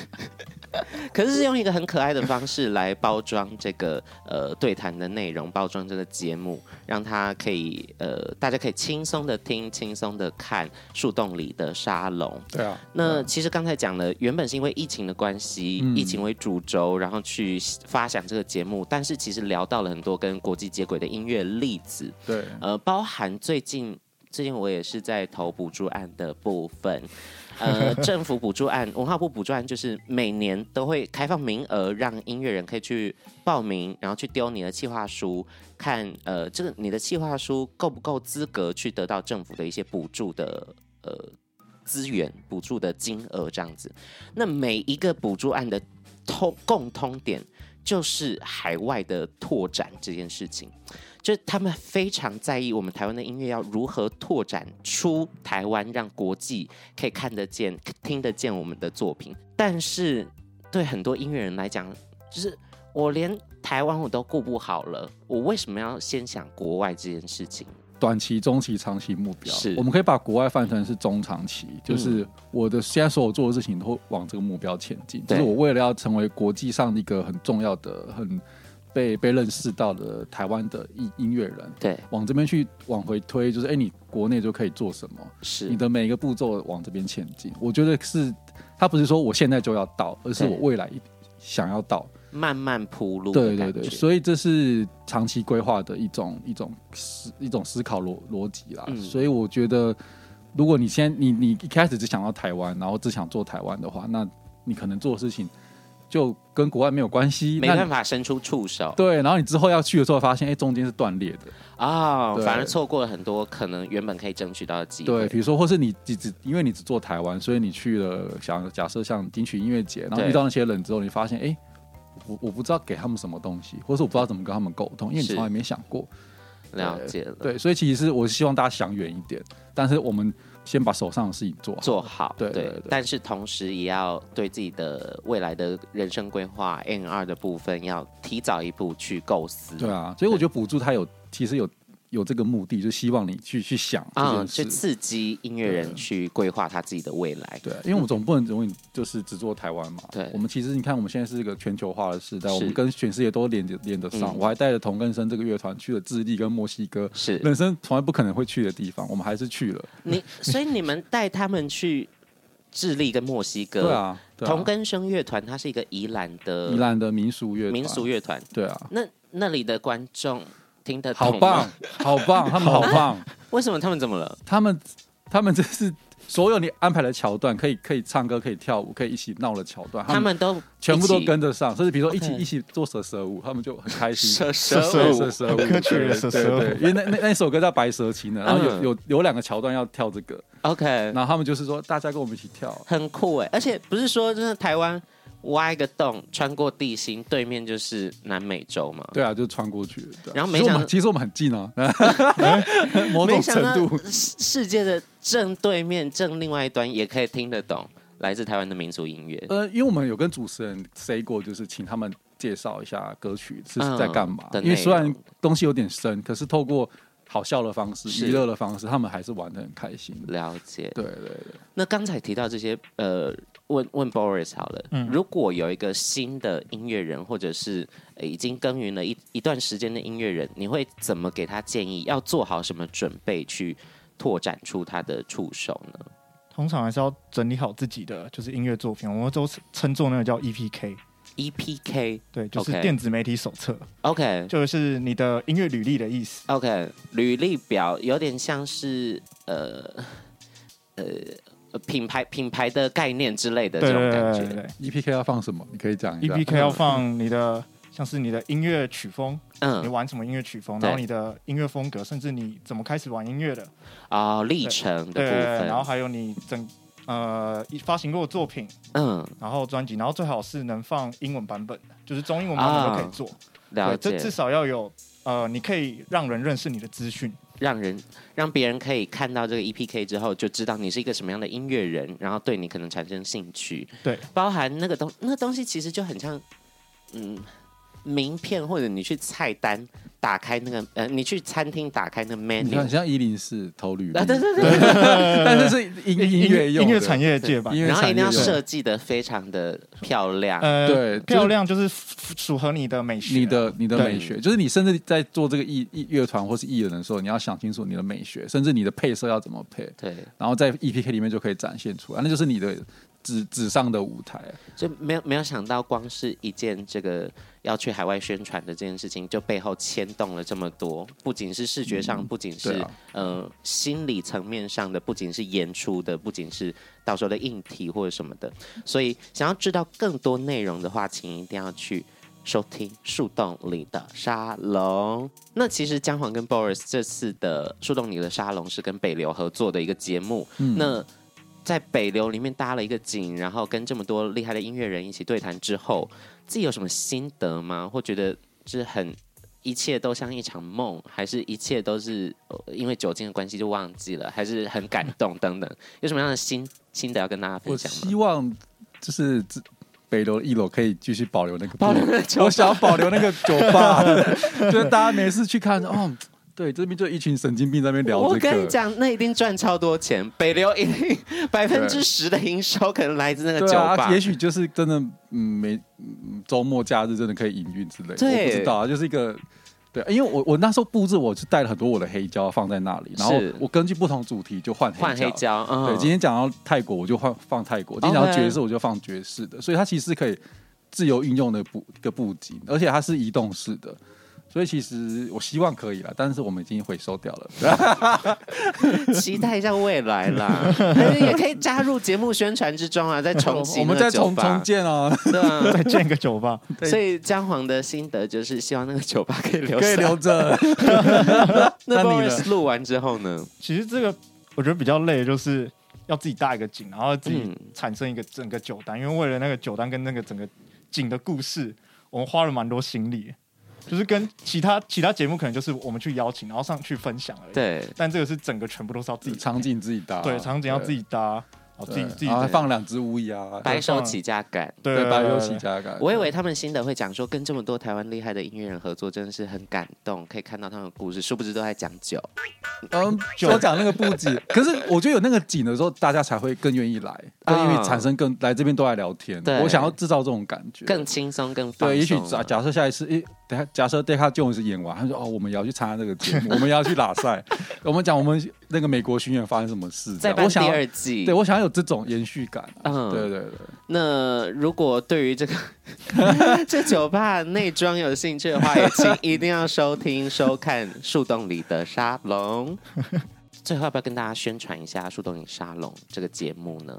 [SPEAKER 2] 可是是用一个很可爱的方式来包装这个呃对谈的内容，包装这个节目，让它可以呃大家可以轻松的听，轻松的看树洞里的沙龙。
[SPEAKER 1] 对啊，
[SPEAKER 2] 那
[SPEAKER 1] 对啊
[SPEAKER 2] 其实刚才讲了，原本是因为疫情的关系，
[SPEAKER 1] 嗯
[SPEAKER 2] 疫情为主轴，然后去发想这个节目，但是其实聊到了很多跟国际接轨的音乐例子，
[SPEAKER 1] 对
[SPEAKER 2] 呃，包含最近最近我也是在投补助案的部分，呃，政府补助案、文化部补助案就是每年都会开放名额，让音乐人可以去报名，然后去丢你的企划书，看呃这个你的企划书够不够资格去得到政府的一些补助的呃资源补助的金额这样子。那每一个补助案的通共通点就是海外的拓展这件事情，就是他们非常在意我们台湾的音乐要如何拓展出台湾，让国际可以看得见、听得见我们的作品。但是对很多音乐人来讲，就是我连台湾我都顾不好了，我为什么要先想国外这件事情？
[SPEAKER 1] 短期、中期、长期目标，
[SPEAKER 2] 是嗯
[SPEAKER 1] 我们可以把国外翻成是中长期，就是我的现在所有做的事情都会往这个目标前进，就
[SPEAKER 2] 对
[SPEAKER 1] 是我为了要成为国际上一个很重要的、很被被认识到的台湾的音音乐人，
[SPEAKER 2] 对，
[SPEAKER 1] 往这边去往回推，就是哎、你国内就可以做什么，
[SPEAKER 2] 是
[SPEAKER 1] 你的每一个步骤往这边前进，我觉得是它不是说我现在就要到，而是
[SPEAKER 2] 对
[SPEAKER 1] 我未来想要到，
[SPEAKER 2] 慢慢铺路的
[SPEAKER 1] 对
[SPEAKER 2] 感
[SPEAKER 1] 对
[SPEAKER 2] 觉。
[SPEAKER 1] 对，所以这是长期规划的一种一种思一种思考逻逻辑啦。
[SPEAKER 2] 嗯
[SPEAKER 1] 所以我觉得，如果你先你你一开始只想到台湾，然后只想做台湾的话，那你可能做的事情就跟国外没有关系。
[SPEAKER 2] 没
[SPEAKER 1] 那
[SPEAKER 2] 办法伸出触手
[SPEAKER 1] 对，然后你之后要去的时候发现，哎、中间是断裂的。
[SPEAKER 2] 啊、
[SPEAKER 1] 对
[SPEAKER 2] 反而错过了很多可能原本可以争取到的机
[SPEAKER 1] 对，
[SPEAKER 2] 会。
[SPEAKER 1] 比如说，或是你只只因为你只做台湾，所以你去了想假设像金曲音乐节，然后
[SPEAKER 2] 对
[SPEAKER 1] 遇到那些人之后，你发现哎、诶我我不知道给他们什么东西，或是我不知道怎么跟他们沟通，因为你
[SPEAKER 2] 是
[SPEAKER 1] 从来没想过。
[SPEAKER 2] 了解了，
[SPEAKER 1] 对，所以其实是我是希望大家想远一点，但是我们先把手上的事情做好。
[SPEAKER 2] 做好，
[SPEAKER 1] 哦对对对
[SPEAKER 2] 但是同时也要对自己的未来的人生规划 N 二的部分要提早一步去构思。
[SPEAKER 1] 对啊，所以我觉得补助它有其实有有这个目的，就希望你去去想
[SPEAKER 2] 啊、
[SPEAKER 1] 这
[SPEAKER 2] 去
[SPEAKER 1] 件事。
[SPEAKER 2] 刺激音乐人去规划他自己的未来。
[SPEAKER 1] 对，因为我们总不能永远就是只做台湾嘛。
[SPEAKER 2] 对
[SPEAKER 1] 我们其实你看，我们现在是一个全球化的时代，
[SPEAKER 2] 是
[SPEAKER 1] 我们跟全世界都连着连得上。
[SPEAKER 2] 嗯
[SPEAKER 1] 我还带着同根生这个乐团去了智利跟墨西哥，
[SPEAKER 2] 是
[SPEAKER 1] 人生从来不可能会去的地方，我们还是去了。
[SPEAKER 2] 你，所以你们带他们去智利跟墨西哥，
[SPEAKER 1] 对啊，对啊
[SPEAKER 2] 同根生乐团，它是一个宜兰的
[SPEAKER 1] 宜兰的民俗乐团
[SPEAKER 2] 民俗乐团，
[SPEAKER 1] 对啊，
[SPEAKER 2] 那那里的观众听得懂
[SPEAKER 1] 好
[SPEAKER 2] 吗
[SPEAKER 1] 棒！，好棒，他们好棒，
[SPEAKER 2] 为什么他们怎么了？
[SPEAKER 1] 他们他们 这是所有你安排的桥段，可以可以唱歌，可以跳舞，可以一起闹的桥段，
[SPEAKER 2] 他们都
[SPEAKER 1] 全部都
[SPEAKER 2] 一起
[SPEAKER 1] 跟得上，甚至比如说一起
[SPEAKER 2] OK
[SPEAKER 1] 一起做蛇蛇舞，他们就很开心。
[SPEAKER 2] 蛇
[SPEAKER 4] 蛇
[SPEAKER 2] 蛇
[SPEAKER 1] 对
[SPEAKER 4] 舞
[SPEAKER 1] 蛇蛇舞，
[SPEAKER 4] 很歌曲的
[SPEAKER 1] 对
[SPEAKER 4] 蛇
[SPEAKER 1] 对
[SPEAKER 4] 蛇舞
[SPEAKER 1] 对，因为那那那首歌叫《白蛇情》的，然后
[SPEAKER 2] 嗯
[SPEAKER 1] 有有有两个桥段要跳这个，
[SPEAKER 2] ，OK，
[SPEAKER 1] 然后他们就是说大家跟我们一起跳，
[SPEAKER 2] 很酷哎！而且不是说就是台湾挖一个洞，穿过地心，对面就是南美洲嘛。
[SPEAKER 1] 对啊，就穿过去。对啊
[SPEAKER 2] 然后没
[SPEAKER 1] 其实我
[SPEAKER 2] 想
[SPEAKER 1] 们其实我们很近啊， 某
[SPEAKER 2] 没
[SPEAKER 1] 种
[SPEAKER 2] 想
[SPEAKER 1] 程
[SPEAKER 2] 到
[SPEAKER 1] 度，
[SPEAKER 2] 世世界的正对面、正另外一端也可以听得懂来自台湾的民族音乐。
[SPEAKER 1] 呃，因为我们有跟主持人 say 过，就是请他们介绍一下歌曲是
[SPEAKER 2] 嗯
[SPEAKER 1] 在干嘛、
[SPEAKER 2] 的内
[SPEAKER 1] 因
[SPEAKER 2] 容
[SPEAKER 1] 为虽然东西有点深，可是透过好笑的方
[SPEAKER 2] 是
[SPEAKER 1] 式、娱乐的方式，他们还是玩的很开心的。
[SPEAKER 2] 了解。
[SPEAKER 1] 对对对，
[SPEAKER 2] 那刚才提到这些，呃，问问 Boris 好了，
[SPEAKER 4] 嗯
[SPEAKER 2] 如果有一个新的音乐人，或者是、呃已经耕耘了一一段时间的音乐人，你会怎么给他建议？要做好什么准备去拓展出他的触手呢？
[SPEAKER 4] 通常还是要整理好自己的就是音乐作品，我们都称作那个叫 EPK，
[SPEAKER 2] ？E EPK
[SPEAKER 4] 对，就是
[SPEAKER 2] OK
[SPEAKER 4] 电子媒体手册
[SPEAKER 2] OK
[SPEAKER 4] 就是你的音乐履历的意思。
[SPEAKER 2] OK 履历表有点像是呃呃品牌品牌的概念之类的这
[SPEAKER 4] 对
[SPEAKER 2] 种
[SPEAKER 4] 对
[SPEAKER 2] 感
[SPEAKER 4] 对
[SPEAKER 2] 觉。
[SPEAKER 4] 对对
[SPEAKER 1] EPK ，E 要放什么？你可以讲一下。
[SPEAKER 4] ，EPK 要放你的像是你的音乐曲风，你
[SPEAKER 2] 嗯
[SPEAKER 4] 玩什么音乐曲风，
[SPEAKER 2] 对
[SPEAKER 4] 然后你的音乐风格，甚至你怎么开始玩音乐的，
[SPEAKER 2] 啊、历程的
[SPEAKER 4] 对，
[SPEAKER 2] 部分，
[SPEAKER 4] 然后还有你整呃一发行过的作品，
[SPEAKER 2] 嗯
[SPEAKER 4] 然后专辑，然后最好是能放英文版本的，就是中英文版本都可以做。
[SPEAKER 2] 啊了
[SPEAKER 4] 对，这
[SPEAKER 2] 解，
[SPEAKER 4] 至少要有呃，你可以让人认识你的资讯。
[SPEAKER 2] 让人让别人可以看到这个 EPK 之后，就知道你是一个什么样的音乐人，然后对你可能产生兴趣。
[SPEAKER 4] 对，
[SPEAKER 2] 包含那个东那个东西其实就很像，嗯，名片或者你去菜单打开那个呃，你去餐厅打开那个
[SPEAKER 1] 你看，
[SPEAKER 2] menu。
[SPEAKER 1] 像一零四投履历，
[SPEAKER 2] 啊，对对对，
[SPEAKER 1] 但是是音音乐用
[SPEAKER 4] 音乐
[SPEAKER 1] 的
[SPEAKER 4] 产业界吧
[SPEAKER 1] 音。乐
[SPEAKER 2] 然后
[SPEAKER 1] 产
[SPEAKER 2] 一
[SPEAKER 1] 业
[SPEAKER 2] 定要
[SPEAKER 1] 用的
[SPEAKER 2] 设计的非常的漂亮，
[SPEAKER 4] 呃，
[SPEAKER 1] 对就是
[SPEAKER 4] 漂亮就是符合你的美学。啊
[SPEAKER 1] 你的你的
[SPEAKER 4] 对
[SPEAKER 1] 美学，就是你甚至在做这个艺艺乐团或是艺人的时候，你要想清楚你的美学，甚至你的配色要怎么配，
[SPEAKER 2] 对，
[SPEAKER 1] 然后在 EPK 里面就可以展现出来，那就是你的纸纸上的舞台。
[SPEAKER 2] 所以没有没有想到，光是一件这个要去海外宣传的这件事情，就背后牵动了这么多，不仅是视觉上，不仅
[SPEAKER 1] 对
[SPEAKER 2] 是、
[SPEAKER 1] 啊
[SPEAKER 2] 呃心理层面上的，不仅是演出的，不仅是到时候的硬体或者什么的。所以想要知道更多内容的话，请一定要去。收听树洞里的沙龙。那其实姜黄跟 Boris 这次的树洞里的沙龙是跟北流合作的一个节目。那在北流里面搭了一个景，然后跟这么多厉害的音乐人一起对谈之后，自己有什么心得吗？或觉得就是很一切都像一场梦，还是一切都是呃因为酒精的关系就忘记了，还是很感动等等？有什么样的心心得要跟大家
[SPEAKER 1] 我
[SPEAKER 2] 分享
[SPEAKER 1] 希
[SPEAKER 2] 吗？
[SPEAKER 1] 望就是这北楼一楼可以继续保留那个
[SPEAKER 2] 保留那个酒吧
[SPEAKER 1] 我想要保留那个酒 吧，就是大家没事去看，哦，对，这边就一群神经病在那边聊
[SPEAKER 2] 我
[SPEAKER 1] 这
[SPEAKER 2] 跟你
[SPEAKER 1] 个。
[SPEAKER 2] 讲，那一定赚超多钱。北流一定百分之十的营收可能来自那个
[SPEAKER 1] 对
[SPEAKER 2] 酒
[SPEAKER 1] 啊，
[SPEAKER 2] 吧。
[SPEAKER 1] 也许就是真的，嗯，没嗯周末假日真的可以营运之类的，
[SPEAKER 2] 对
[SPEAKER 1] 我不知道啊，就是一个对，因为我我那时候布置，我是带了很多我的黑胶放在那里，然后
[SPEAKER 2] 是
[SPEAKER 1] 我根据不同主题就换
[SPEAKER 2] 换黑胶，嗯，
[SPEAKER 1] 对，今天讲到泰国，我就放放泰哦国；今天讲到爵士，我就放爵士的。所以它其实是可以自由运用的布一个布景，而且它是移动式的。所以其实我希望可以了，但是我们已经回收掉了。
[SPEAKER 2] 期待一下未来啦， 但是也可以加入节目宣传之中啊，再重
[SPEAKER 1] 我
[SPEAKER 2] 新
[SPEAKER 1] 我们再重重
[SPEAKER 2] 重
[SPEAKER 1] 建哦，
[SPEAKER 2] 对啊。
[SPEAKER 4] 再建一个酒吧，
[SPEAKER 1] 对
[SPEAKER 2] 所以姜黄的心得就是希望那个酒吧可以 留下。
[SPEAKER 1] 可以 留着。
[SPEAKER 2] 那
[SPEAKER 1] 那你呢
[SPEAKER 2] Boris 录完之后呢？
[SPEAKER 4] 其实这个我觉得比较累，就是要自己搭一个景，然后自己
[SPEAKER 2] 嗯
[SPEAKER 4] 产生一个整个酒单，因为为了那个酒单跟那个整个景的故事，我们花了蛮多心力。就是跟其他其他节目可能就是我们去邀请，然后上去分享而已。，
[SPEAKER 2] 对，
[SPEAKER 4] 但这个是整个全部都是要自己
[SPEAKER 1] 场景自己搭，
[SPEAKER 4] 对场景要自己搭，哦
[SPEAKER 1] 对
[SPEAKER 4] 自己自己
[SPEAKER 1] 然后还
[SPEAKER 4] 的
[SPEAKER 1] 放两只乌鸦，啊
[SPEAKER 2] 白手起家感。
[SPEAKER 4] 对
[SPEAKER 1] 对，白
[SPEAKER 4] 对
[SPEAKER 1] 油
[SPEAKER 4] 对
[SPEAKER 1] 起家感。
[SPEAKER 2] 我以为他们心得会讲说，跟这么多台湾厉害的音乐人合作，真的是很感动，可以看到他们的故事，殊不知都在讲酒。
[SPEAKER 1] 嗯，我讲那个布 景，可是我觉得有那个景的时候，大家才会更愿意来，对，因为产生更来这边都来聊天。
[SPEAKER 2] 对
[SPEAKER 1] 我想要制造这种感觉，
[SPEAKER 2] 更轻松，更放松
[SPEAKER 1] 对，也许啊假假设下一次，诶、等下假设 Deca Jones 演完，他说哦，我们也要去参加这个节目，我 们也要去拉赛，我们讲我们那个美国巡演发生什么事，这
[SPEAKER 2] 再
[SPEAKER 1] 样
[SPEAKER 2] 办
[SPEAKER 1] 我
[SPEAKER 2] 第
[SPEAKER 1] 想要
[SPEAKER 2] 二季，
[SPEAKER 1] 对我想要有这种延续感、
[SPEAKER 2] 嗯
[SPEAKER 1] 啊。对对对，
[SPEAKER 2] 那如果对于 这个 这酒吧内装有兴趣的话，也请一定要收听收看树洞里的沙 龙。最后要不要跟大家宣传一下树洞里沙龙这个节目呢？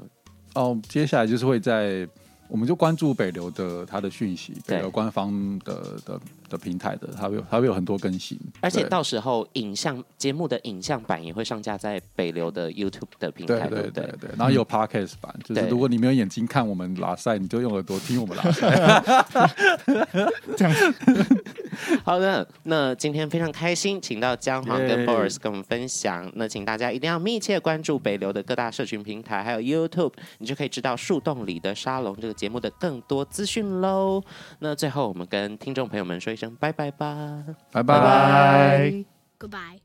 [SPEAKER 1] 哦，接下来就是会在，我们就关注北流的它的讯息，
[SPEAKER 2] 对
[SPEAKER 1] 北流官方的的的平台的，它会有它会有很多更新，
[SPEAKER 2] 而且
[SPEAKER 1] 对
[SPEAKER 2] 到时候影像节目的影像版也会上架在北流的 YouTube 的平
[SPEAKER 1] 对
[SPEAKER 2] 台，
[SPEAKER 1] 对
[SPEAKER 2] 不
[SPEAKER 1] 对对，然后也有 podcast 版，就是
[SPEAKER 2] 对
[SPEAKER 1] 如果你没有眼睛看我们拉塞，你就用耳朵听我们拉 塞。
[SPEAKER 2] 好的，那今天非常开心，请到姜黄
[SPEAKER 1] Yeah
[SPEAKER 2] 跟 Boris 跟我们分享。那请大家一定要密切关注北流的各大社群平台，还有 YouTube，你就可以知道树洞里的沙龙这个节目的更多资讯喽。那最后，我们跟听众朋友们说一声拜拜吧，
[SPEAKER 1] 拜
[SPEAKER 4] 拜
[SPEAKER 1] 拜。
[SPEAKER 4] 拜。
[SPEAKER 5] Goodbye.